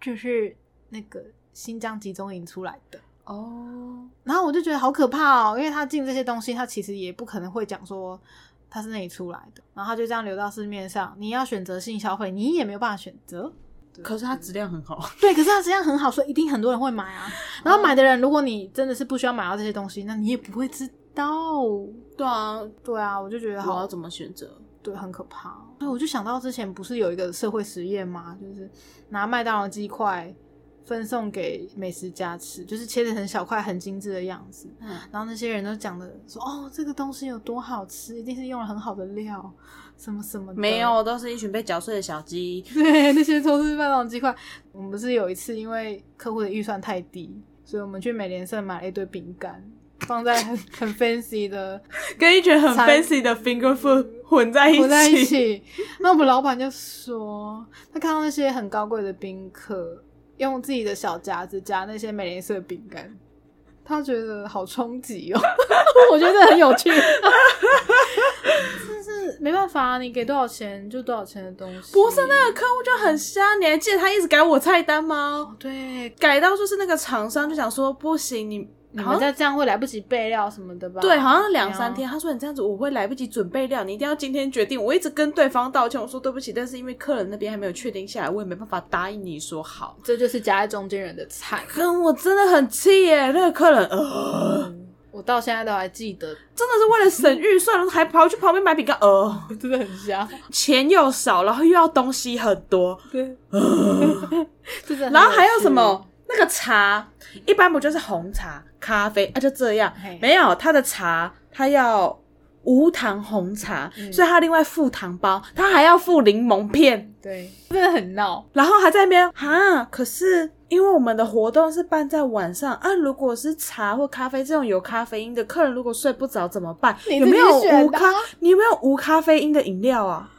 S1: 这是那个新疆集中营出来的。”
S2: 哦，
S1: 然后我就觉得好可怕哦，因为他进这些东西，他其实也不可能会讲说他是那里出来的，然后他就这样流到市面上。你要选择性消费，你也没有办法选择。
S2: 可是它质量
S1: [LAUGHS]
S2: 很好，
S1: 对，可是它质量很好，所以一定很多人会买啊。然后买的人，如果你真的是不需要买到这些东西，那你也不会知道。
S2: 对啊，
S1: 对啊，我就觉得
S2: 我
S1: 好
S2: 要怎么选择？
S1: 对，很可怕。哦所以我就想到之前不是有一个社会实验吗？就是拿麦当劳鸡块分送给美食家吃，就是切的很小块、很精致的样子。
S2: 嗯，
S1: 然后那些人都讲的说，哦，这个东西有多好吃，一定是用了很好的料，什么什么的。
S2: 没有，，都是一群被嚼碎的小鸡。
S1: [LAUGHS] 对，那些都是麦当劳鸡块。我们不是有一次因为客户的预算太低，所以我们去美联社买了一堆饼干，放在很 [LAUGHS] 很 fancy 的
S2: 跟一群很
S1: 餐
S2: fancy 的 finger food 混在一起，
S1: 混在一起。那我们老板就说，他看到那些很高贵的宾客用自己的小夹子夹那些美联社饼干，他觉得好冲击哦。 [LAUGHS] 我觉得很有趣， [LAUGHS] 但是没办法、啊你给多少钱就多少钱的东西。
S2: 不是那个客户就很瞎，你还记得他一直改我菜单吗？
S1: 对，
S2: 改到就是那个厂商就想说不行，你
S1: 你
S2: 好
S1: 们
S2: 像
S1: 再这样会来不及备料什么的吧？
S2: 对，好像两
S1: 对啊
S2: 三天。他说你这样子我会来不及准备料，你一定要今天决定。我一直跟对方道歉，我说对不起，但是因为客人那边还没有确定下来，我也没办法答应你说好。
S1: 这就是夹在中间人的 [GASPS] 菜。
S2: 跟我真的很气耶，那个客人呃，
S1: 嗯我到现在都还记得，
S2: 真的是为了省预算，还跑去旁边买饼干，呃，
S1: 真的很香。
S2: 钱又少，然后又要东西很多，
S1: [LAUGHS] 对，真的很有趣。
S2: [LAUGHS] 然后还有
S1: [LAUGHS]
S2: 什么？那个茶一般不就是红茶、咖啡啊？就这样
S1: 嘿，
S2: 没有他的茶，他要无糖红茶，
S1: 嗯
S2: 所以他另外附糖包，他还要附柠檬片，
S1: 对，真的很闹。
S2: 然后还在那边哈。可是因为我们的活动是办在晚上啊，如果是茶或咖啡这种有咖啡因的，客人如果睡不着怎么办？
S1: 你
S2: 有没有
S1: 自己选
S2: 无
S1: 的啊
S2: 咖？你有没有无咖啡因的饮料啊？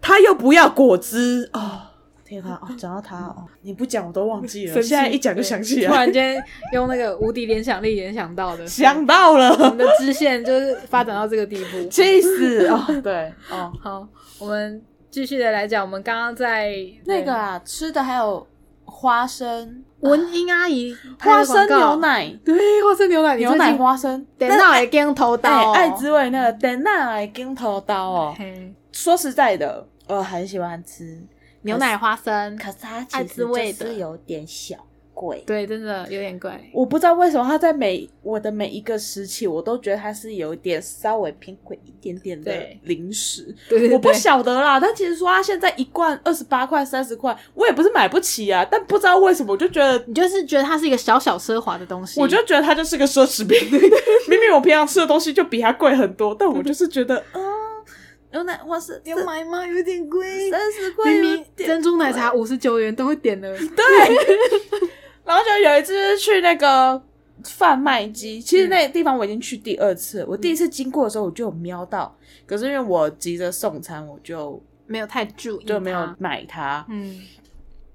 S2: 他又不要果汁哦。天啊！哦，讲到他哦，你不讲我都忘记了，
S1: 生气
S2: 现在一讲就想起
S1: 突
S2: 来，
S1: 然间用那个无敌联想力联想 [LAUGHS] 到的，
S2: 想到
S1: 我
S2: 了
S1: 们，的支线就是发展到这个地 [LAUGHS] 步。
S2: 气死哦！对
S1: [LAUGHS]
S2: 哦，
S1: 好，我们继续的来讲，我们刚刚在
S2: 那个啊，吃的还有花生、
S1: 文英阿姨拍
S2: 花
S1: 的广
S2: 生
S1: 告
S2: 牛，奶、
S1: 对，花生牛奶，
S2: 牛奶花生，
S1: 等
S2: 那
S1: 到也跟头
S2: 哎
S1: 刀， [LAUGHS]
S2: 爱之味那个等那来跟头刀哦。
S1: 嘿
S2: 说实在的，呃我很喜欢吃，
S1: 牛奶花生，
S2: 可是它
S1: 爱
S2: 其
S1: 之
S2: 实
S1: 味
S2: 就
S1: 的
S2: 是有点小贵。
S1: 对，真的有点贵。
S2: 我不知道为什么它在每我的每一个时期，我都觉得它是有一点稍微偏贵一点点的
S1: 对
S2: 零食。
S1: 对 [LAUGHS] 对对，
S2: 我不晓得啦，但其实说它现在一罐二十八块、三十块，我也不是买不起啊。但不知道为什么，我就觉得，
S1: 你就是觉得它是一个小小奢华的东西，
S2: 我就觉得它就是个奢侈
S1: [LAUGHS]
S2: 品。明明我平常吃的东西就比它贵很多，但我就是觉得，啊、牛奶花是
S1: 要买吗？有点贵
S2: 三十块，
S1: 明明珍珠
S2: [LAUGHS]
S1: 奶茶五十九元都会点的，
S2: 然后就有一次去那个贩卖机，其实那个地方我已经去第二次了，我第一次经过的时候我就有瞄到，可是因为我急着送餐，我就
S1: 没有太注意，
S2: 就没有，买它。
S1: [LAUGHS] 嗯，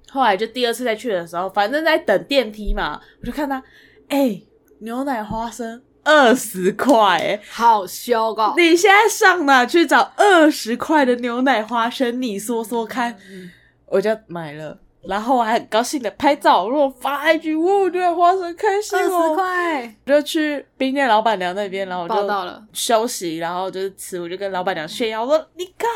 S2: 后来就第二次再去的时候，反正在等电梯嘛，我就看他，哎、牛奶花生二十块，哎，
S1: 好羞哦，
S2: 你现在上哪去找二十块的牛奶花生？你说说看，
S1: 嗯
S2: 我就买了。然后我还很高兴的拍照，然后发 IG，哇，牛奶花生开心
S1: 二
S2: 哦！
S1: 十块
S2: 我就去冰店老板娘那边，然后我
S1: 报到
S2: 就
S1: 了，
S2: 休息，然后就是吃，我就跟老板娘炫耀，我说你看，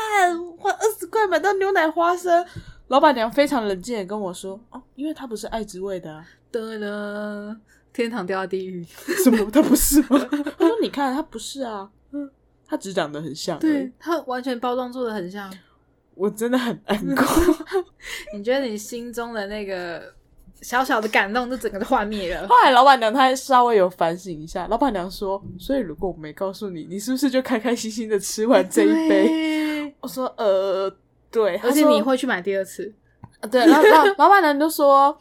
S2: 我花二十块买到牛奶花生。老板娘非常冷静的跟我说，哦，因为她不是爱滋味的、啊，
S1: 得了，天堂掉到地狱，
S2: 什么她不是吗？我说你看， [LAUGHS] 她不是啊，嗯，她只长得很像，
S1: 对，它完全包装做的很像。
S2: 我真的很难过。 [LAUGHS]
S1: 你觉得你心中的那个小小的感动，就整个都幻灭了。
S2: [LAUGHS] 后来老板娘她稍微有反省一下，老板娘说，所以如果我没告诉你，你是不是就开开心心的吃完这一杯？
S1: 杯，
S2: 我说呃，对，
S1: 哎而且
S2: 她说
S1: 你会去买第二次，
S2: 啊 [LAUGHS] 对，然后老老板娘就说，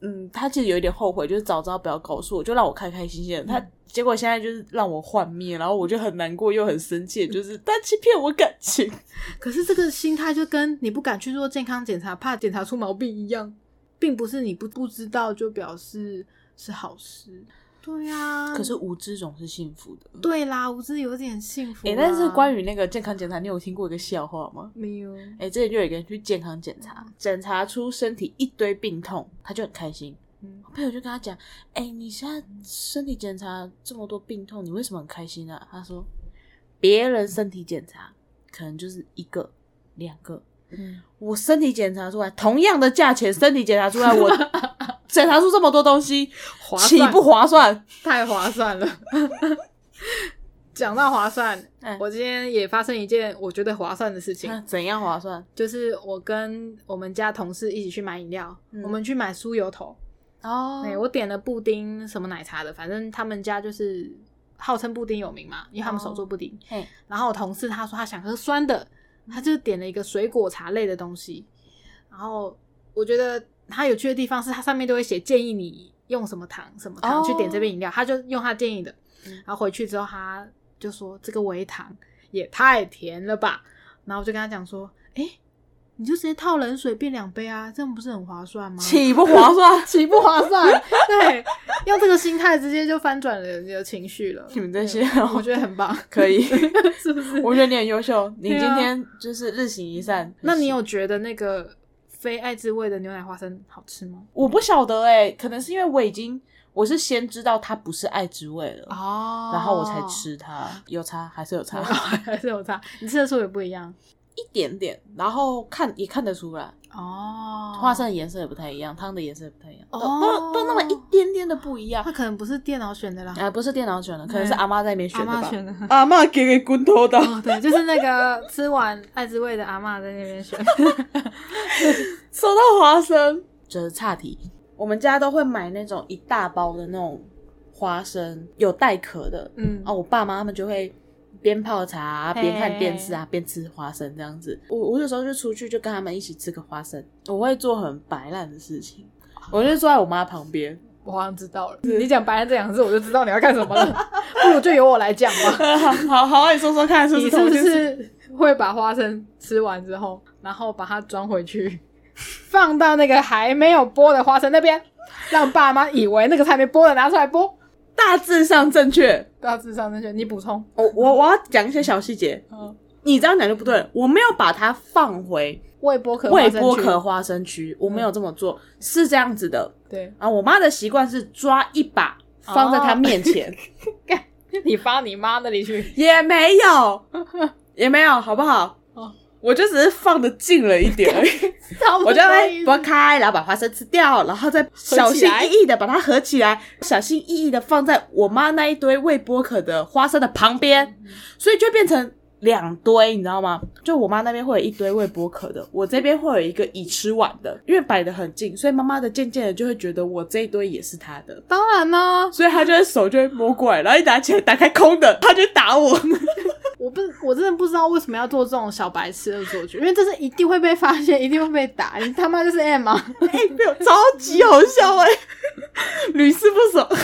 S2: 嗯，她其实有一点后悔，就是早知道不要告诉我，就让我开开心心的。
S1: 嗯
S2: 她结果现在就是让我幻灭，然后我就很难过又很生气，就是她欺骗我感情。
S1: 可是这个心态就跟你不敢去做健康检查，怕检查出毛病一样，并不是你不不知道就表示是好事。对啊呀、
S2: 可是无知总是幸福的。
S1: 对啦，我是有点幸福、啊。
S2: 诶、哎但是关
S1: 于
S2: 于那个健康检查，你有听过一个笑话吗？
S1: 没有，
S2: 哎、这里就有一个人去健康检查，
S1: 嗯
S2: 检查出身体一堆病痛，他就很开心。
S1: 嗯
S2: 我朋友就跟他讲：“哎、你现在身体检查这么多病痛，你为什么很开心啊？”他说：“别人身体检查可能就是一个、两个，
S1: 嗯，
S2: 我身体检查出来同样的价钱，身体检查出
S1: [LAUGHS]
S2: 来我检查出这么多东西，
S1: 划
S2: 岂
S1: 算
S2: 不划
S1: [LAUGHS]
S2: 算？
S1: 太划算了。 [LAUGHS] 讲到划算，
S2: 哎
S1: 我今天也发生一件我觉得划算的事情，
S2: 那 [LAUGHS] 怎样划算？
S1: 就是我跟我们家同事一起去买饮料，
S2: 嗯
S1: 我们去买酥油头，
S2: 哦
S1: 对我点了布丁，什么奶茶的，反正他们家就是号称布丁有名嘛，因为他们
S2: 哦
S1: 手做布丁。
S2: 嘿，
S1: 然后我同事他说他想喝酸的，他就点了一个水果茶类的东西。然后我觉得他有趣的地方是，它上面都会写建议你用什么糖、什么糖
S2: 哦
S1: 去点这杯饮料，他就用他建议的
S2: 嗯。
S1: 然后回去之后，他就说这个微糖也太甜了吧。然后我就跟他讲说，哎，你就直接套冷水变两杯啊，这样不是很划算吗？
S2: 岂不划
S1: [LAUGHS]
S2: 算？
S1: 岂不划算？ [LAUGHS] 对，用这个心态直接就翻转了你的情绪了。
S2: 你们这些
S1: 对
S2: 哦
S1: 我觉得很棒，
S2: [LAUGHS] 可以
S1: [LAUGHS] 是不是？
S2: 我觉得你很优秀，你
S1: 对
S2: 今
S1: 啊
S2: 天就是日行一善。
S1: [LAUGHS] 那你有觉得那个非爱滋味的牛奶花生好吃吗？
S2: 我不晓得哎、可能是因为我已经我是先知道它不是爱滋味了，
S1: 哦
S2: 然后我才，
S1: [LAUGHS]
S2: 吃它，有差还是有差
S1: 还是有差，你吃的数也不一样
S2: [LAUGHS] 一点点，然后看也看得出来，
S1: 哦
S2: 花生的颜色也不太一样，汤的颜色也不太一样，都
S1: 哦
S2: 都都那么一点点的不一样
S1: 它。可能不是电脑选的啦，
S2: 啊，不是电脑选的，可能
S1: 对
S2: 是阿妈在那边选
S1: 阿
S2: 的
S1: 妈
S2: 吧。
S1: 选的。
S2: 阿妈给给滚头的，
S1: [LAUGHS] 哦，对，就是那个吃完爱滋味的阿嬷在那边
S2: [LAUGHS]
S1: 选，
S2: 收到花生，就是岔题。我们家都会买那种一大包的那种花生，有带壳的，
S1: 嗯
S2: 哦，，我爸妈他们就会边泡茶啊
S1: 嘿
S2: 边、看电视啊，边吃花生这样子。我我有时候就出去就跟他们一起吃个花生，我会做很白烂的事情，我就坐在我妈旁边，
S1: 我好像知道了。你讲“白”这两个字，我就知道你要干什么了， [LAUGHS] 不如就由我来讲吧。
S2: [LAUGHS] 好好好，你说说看，
S1: 你是
S2: 同
S1: 不
S2: 一件事？
S1: 是会把花生吃完之后，然后把它装回去， [LAUGHS] 放到那个还没有剥的花生那边，让爸妈以为那个还没剥的拿出来剥？
S2: 大致上正确。
S1: 大致上那些，你补充。
S2: 我我我要讲一些小细节，
S1: 嗯，
S2: 你这样讲就不对了。我没有把它放回
S1: 未剥壳花
S2: 未
S1: 生
S2: 剥
S1: 去
S2: 壳花生区，我没有这么做，是这样子的
S1: 对，
S2: 啊。我妈的习惯是抓一把
S1: 哦
S2: 放在她
S1: [LAUGHS]
S2: 面前，
S1: 干你发你妈那里
S2: [LAUGHS]
S1: 去。
S2: 也没有，也没有，好不好？
S1: 哦
S2: 我就只是放的近了一点而已， [LAUGHS] 我就
S1: 哎
S2: 会剥开，然后把花生吃掉，然后再小心翼翼的把它合起来，小心翼翼的放在我妈那一堆未剥壳的花生的旁边，所以就变成两堆，你知道吗？就我妈那边会有一堆未剥壳的，我这边会有一个已吃完的，因为摆的很近，所以妈妈的渐渐的就会觉得我这一堆也是她的。
S1: 当然啦、
S2: 所以她就会手就会摸过来，然后一拿起来打开空的，她就打我。 [LAUGHS]
S1: 我不，我真的不知道为什么要做这种小白痴的做局，因为这是一定会被发现，一定会被打。你他妈就是 M 啊！
S2: 哎没有，超级好笑哎、屡试不爽。 [LAUGHS]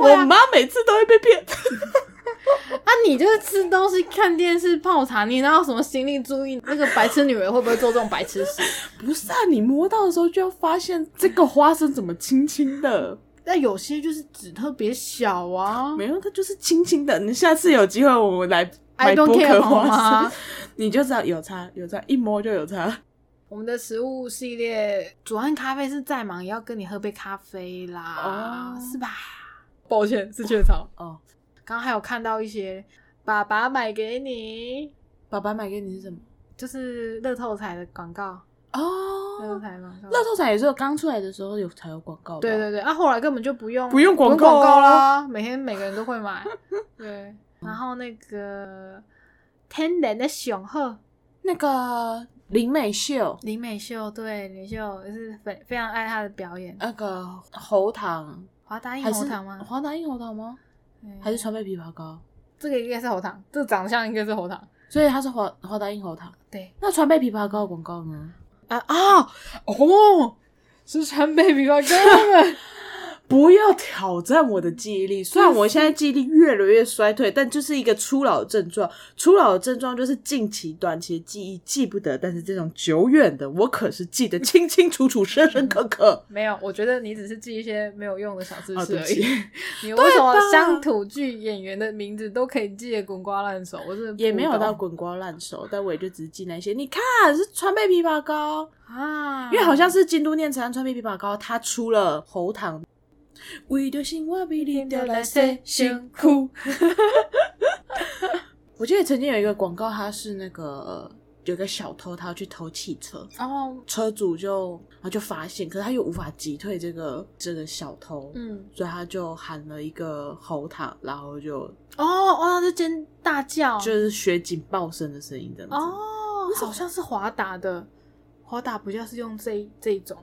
S2: 我妈每次都会被骗。
S1: 啊，你就是吃东西、看电视、泡茶，你哪有什么心力注意？那个白痴女人会不会做这种白痴事？
S2: 不是啊，你摸到的时候就要发现这个花生怎么轻轻
S1: 哦
S2: 的，
S1: [LAUGHS] 但有些就是籽特别小啊
S2: 没有，它就是轻轻的。你下次有机会我们来买
S1: ，I don't
S2: 剥
S1: care
S2: 壳
S1: 好
S2: 花
S1: 吗
S2: 生，？ [LAUGHS] 你就知道有差有差，一摸就有差。
S1: 我们的食物系列，左岸咖啡是再忙也要跟你喝杯咖啡啦，
S2: 哦
S1: 是吧？抱歉，是雀巢。
S2: 哦，
S1: [LAUGHS] 刚刚还有看到一些爸爸买给你，
S2: 爸爸买给你是什么？
S1: 就是乐透彩的广告，乐透
S2: 哦，
S1: 彩的广告。
S2: 乐透彩也是有刚出来的时候有才有广告吧，
S1: 啊对对对，啊，后来根本就不用
S2: 不用广
S1: 广
S2: 告啊
S1: 啦，每天每个人都会
S2: [LAUGHS]
S1: 买。对，然后那个天然的雄鹤
S2: 那个林美秀，
S1: 林美秀，对林美秀也是非非常爱她的表演。
S2: 那个喉糖
S1: 华达
S2: 呃还
S1: 英
S2: 是
S1: 喉糖吗？
S2: 华达硬喉糖吗？
S1: 对
S2: 还是川贝枇杷膏？
S1: 这个应该是喉糖，这个长相应该是喉糖。
S2: 所以它是华华达硬喉糖。
S1: 对
S2: 那川贝枇杷膏的广告呢？
S1: 啊啊哦，是川贝枇杷膏
S2: 不要挑战我的记忆力。虽然我现在记忆力越来越衰退，但就是一个初老的症状。初老的症状就是近期、短期的记忆记不得，但是这种久远的，我可是记得清清楚楚、深深刻 [LAUGHS]
S1: [LAUGHS]
S2: 刻。
S1: 没有，我觉得你只是记一些没有用的小知
S2: 哦，
S1: 识
S2: 对不
S1: 而
S2: 起 [LAUGHS]
S1: 已。，你为什么
S2: 对吧啊
S1: 乡土剧演员的名字都可以记得滚瓜烂熟？我是
S2: 也没有
S1: 不懂
S2: 到滚瓜烂熟，但我也就只是记那些。你看，是川贝枇杷膏，
S1: 啊，
S2: 因为好像是京都念慈庵川贝枇杷膏，它出了喉糖。为着生活比你掉来谁辛苦。我记得曾经有一个广告，它是那个呃有个小偷，他要去偷汽车，
S1: 哦，
S2: 车主就然后就发现，可是他又无法击退这个这个小偷，
S1: 嗯，
S2: 所以他就喊了一个喉糖，然后就
S1: 哦哦，那是尖大叫，
S2: 就是雪警报声的声音这样子。
S1: 哦，好像是华达的，华达不就是用这一这一种？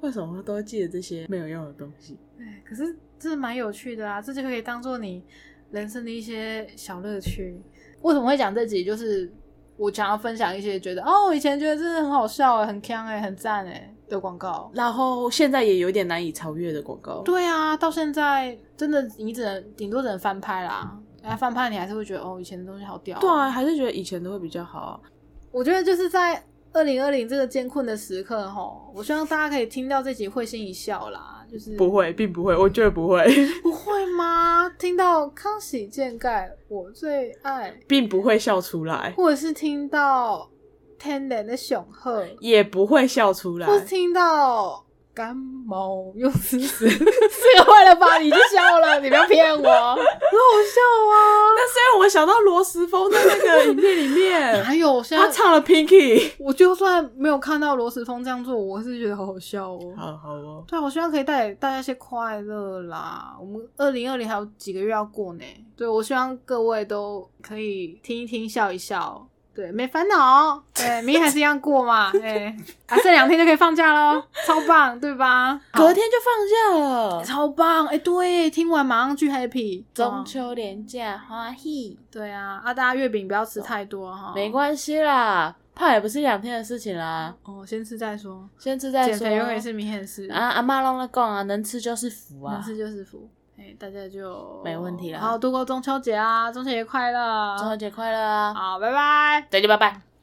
S2: 为什么我都会记得这些没有用的东西？
S1: 哎，可是这蛮有趣的啊，这就可以当做你人生的一些小乐趣。为什么会讲这集？就是我想要分享一些觉得哦，以前觉得真的很好笑哎、很强哎、很赞哎、的广告。
S2: 然后现在也有点难以超越的广告。
S1: 对啊，到现在真的你只能顶多只能翻拍啦。哎，翻拍你还是会觉得哦，以前的东西好屌、
S2: 对啊，，还是觉得以前的会比较好啊。
S1: 我觉得就是在二零二零这个艰困的时刻吼，我希望大家可以听到这集会心一笑啦。就是
S2: 不会，并不会，我觉得不会， [LAUGHS]
S1: 不会吗？听到康熙健盖我最爱，
S2: 并不会笑出来，
S1: 或者是听到天然的雄鹤，
S2: 也不会笑出来
S1: 或。是听到感冒又死 [LAUGHS] 死，这个坏了吧？你就笑了，你不要骗
S2: [LAUGHS]
S1: 我，很好笑
S2: 那虽然我想到罗斯峰在那个影片里 [LAUGHS]
S1: 啊！
S2: 面，
S1: 还有现
S2: 哎他
S1: 在，
S2: 唱了 Pinky，
S1: 我就算没有看到罗时峰这样做，我是觉得好好笑哦。
S2: 好好哦，
S1: 对啊，我希望可以带给大家一些快乐啦。我们二零二零还有几个月要过呢，对我希望各位都可以听一听，笑一笑，对，没烦恼，对，明天还是一样过嘛，哎、啊，这两天就可以放假喽，超棒，对吧？
S2: 隔天就放假了
S1: 好，超棒，哎、对，听完马上去 happy
S2: 中
S1: 嗯
S2: 秋连假花戏，
S1: 对啊，啊，大家月饼不要吃太多哈，
S2: 没关系啦，胖也不是两天的事情啦，
S1: 哦，先吃再说，
S2: 先吃再
S1: 减
S2: 说。
S1: 肥永远是明天的事
S2: 啊，，阿妈弄了讲啊，能吃就是福啊
S1: 能，吃就是福。哎，大家就
S2: 没问题啦
S1: 好，度过中秋节啊，中秋节快乐！
S2: 中秋节快乐啊！
S1: 好，拜拜。
S2: 再见，拜拜。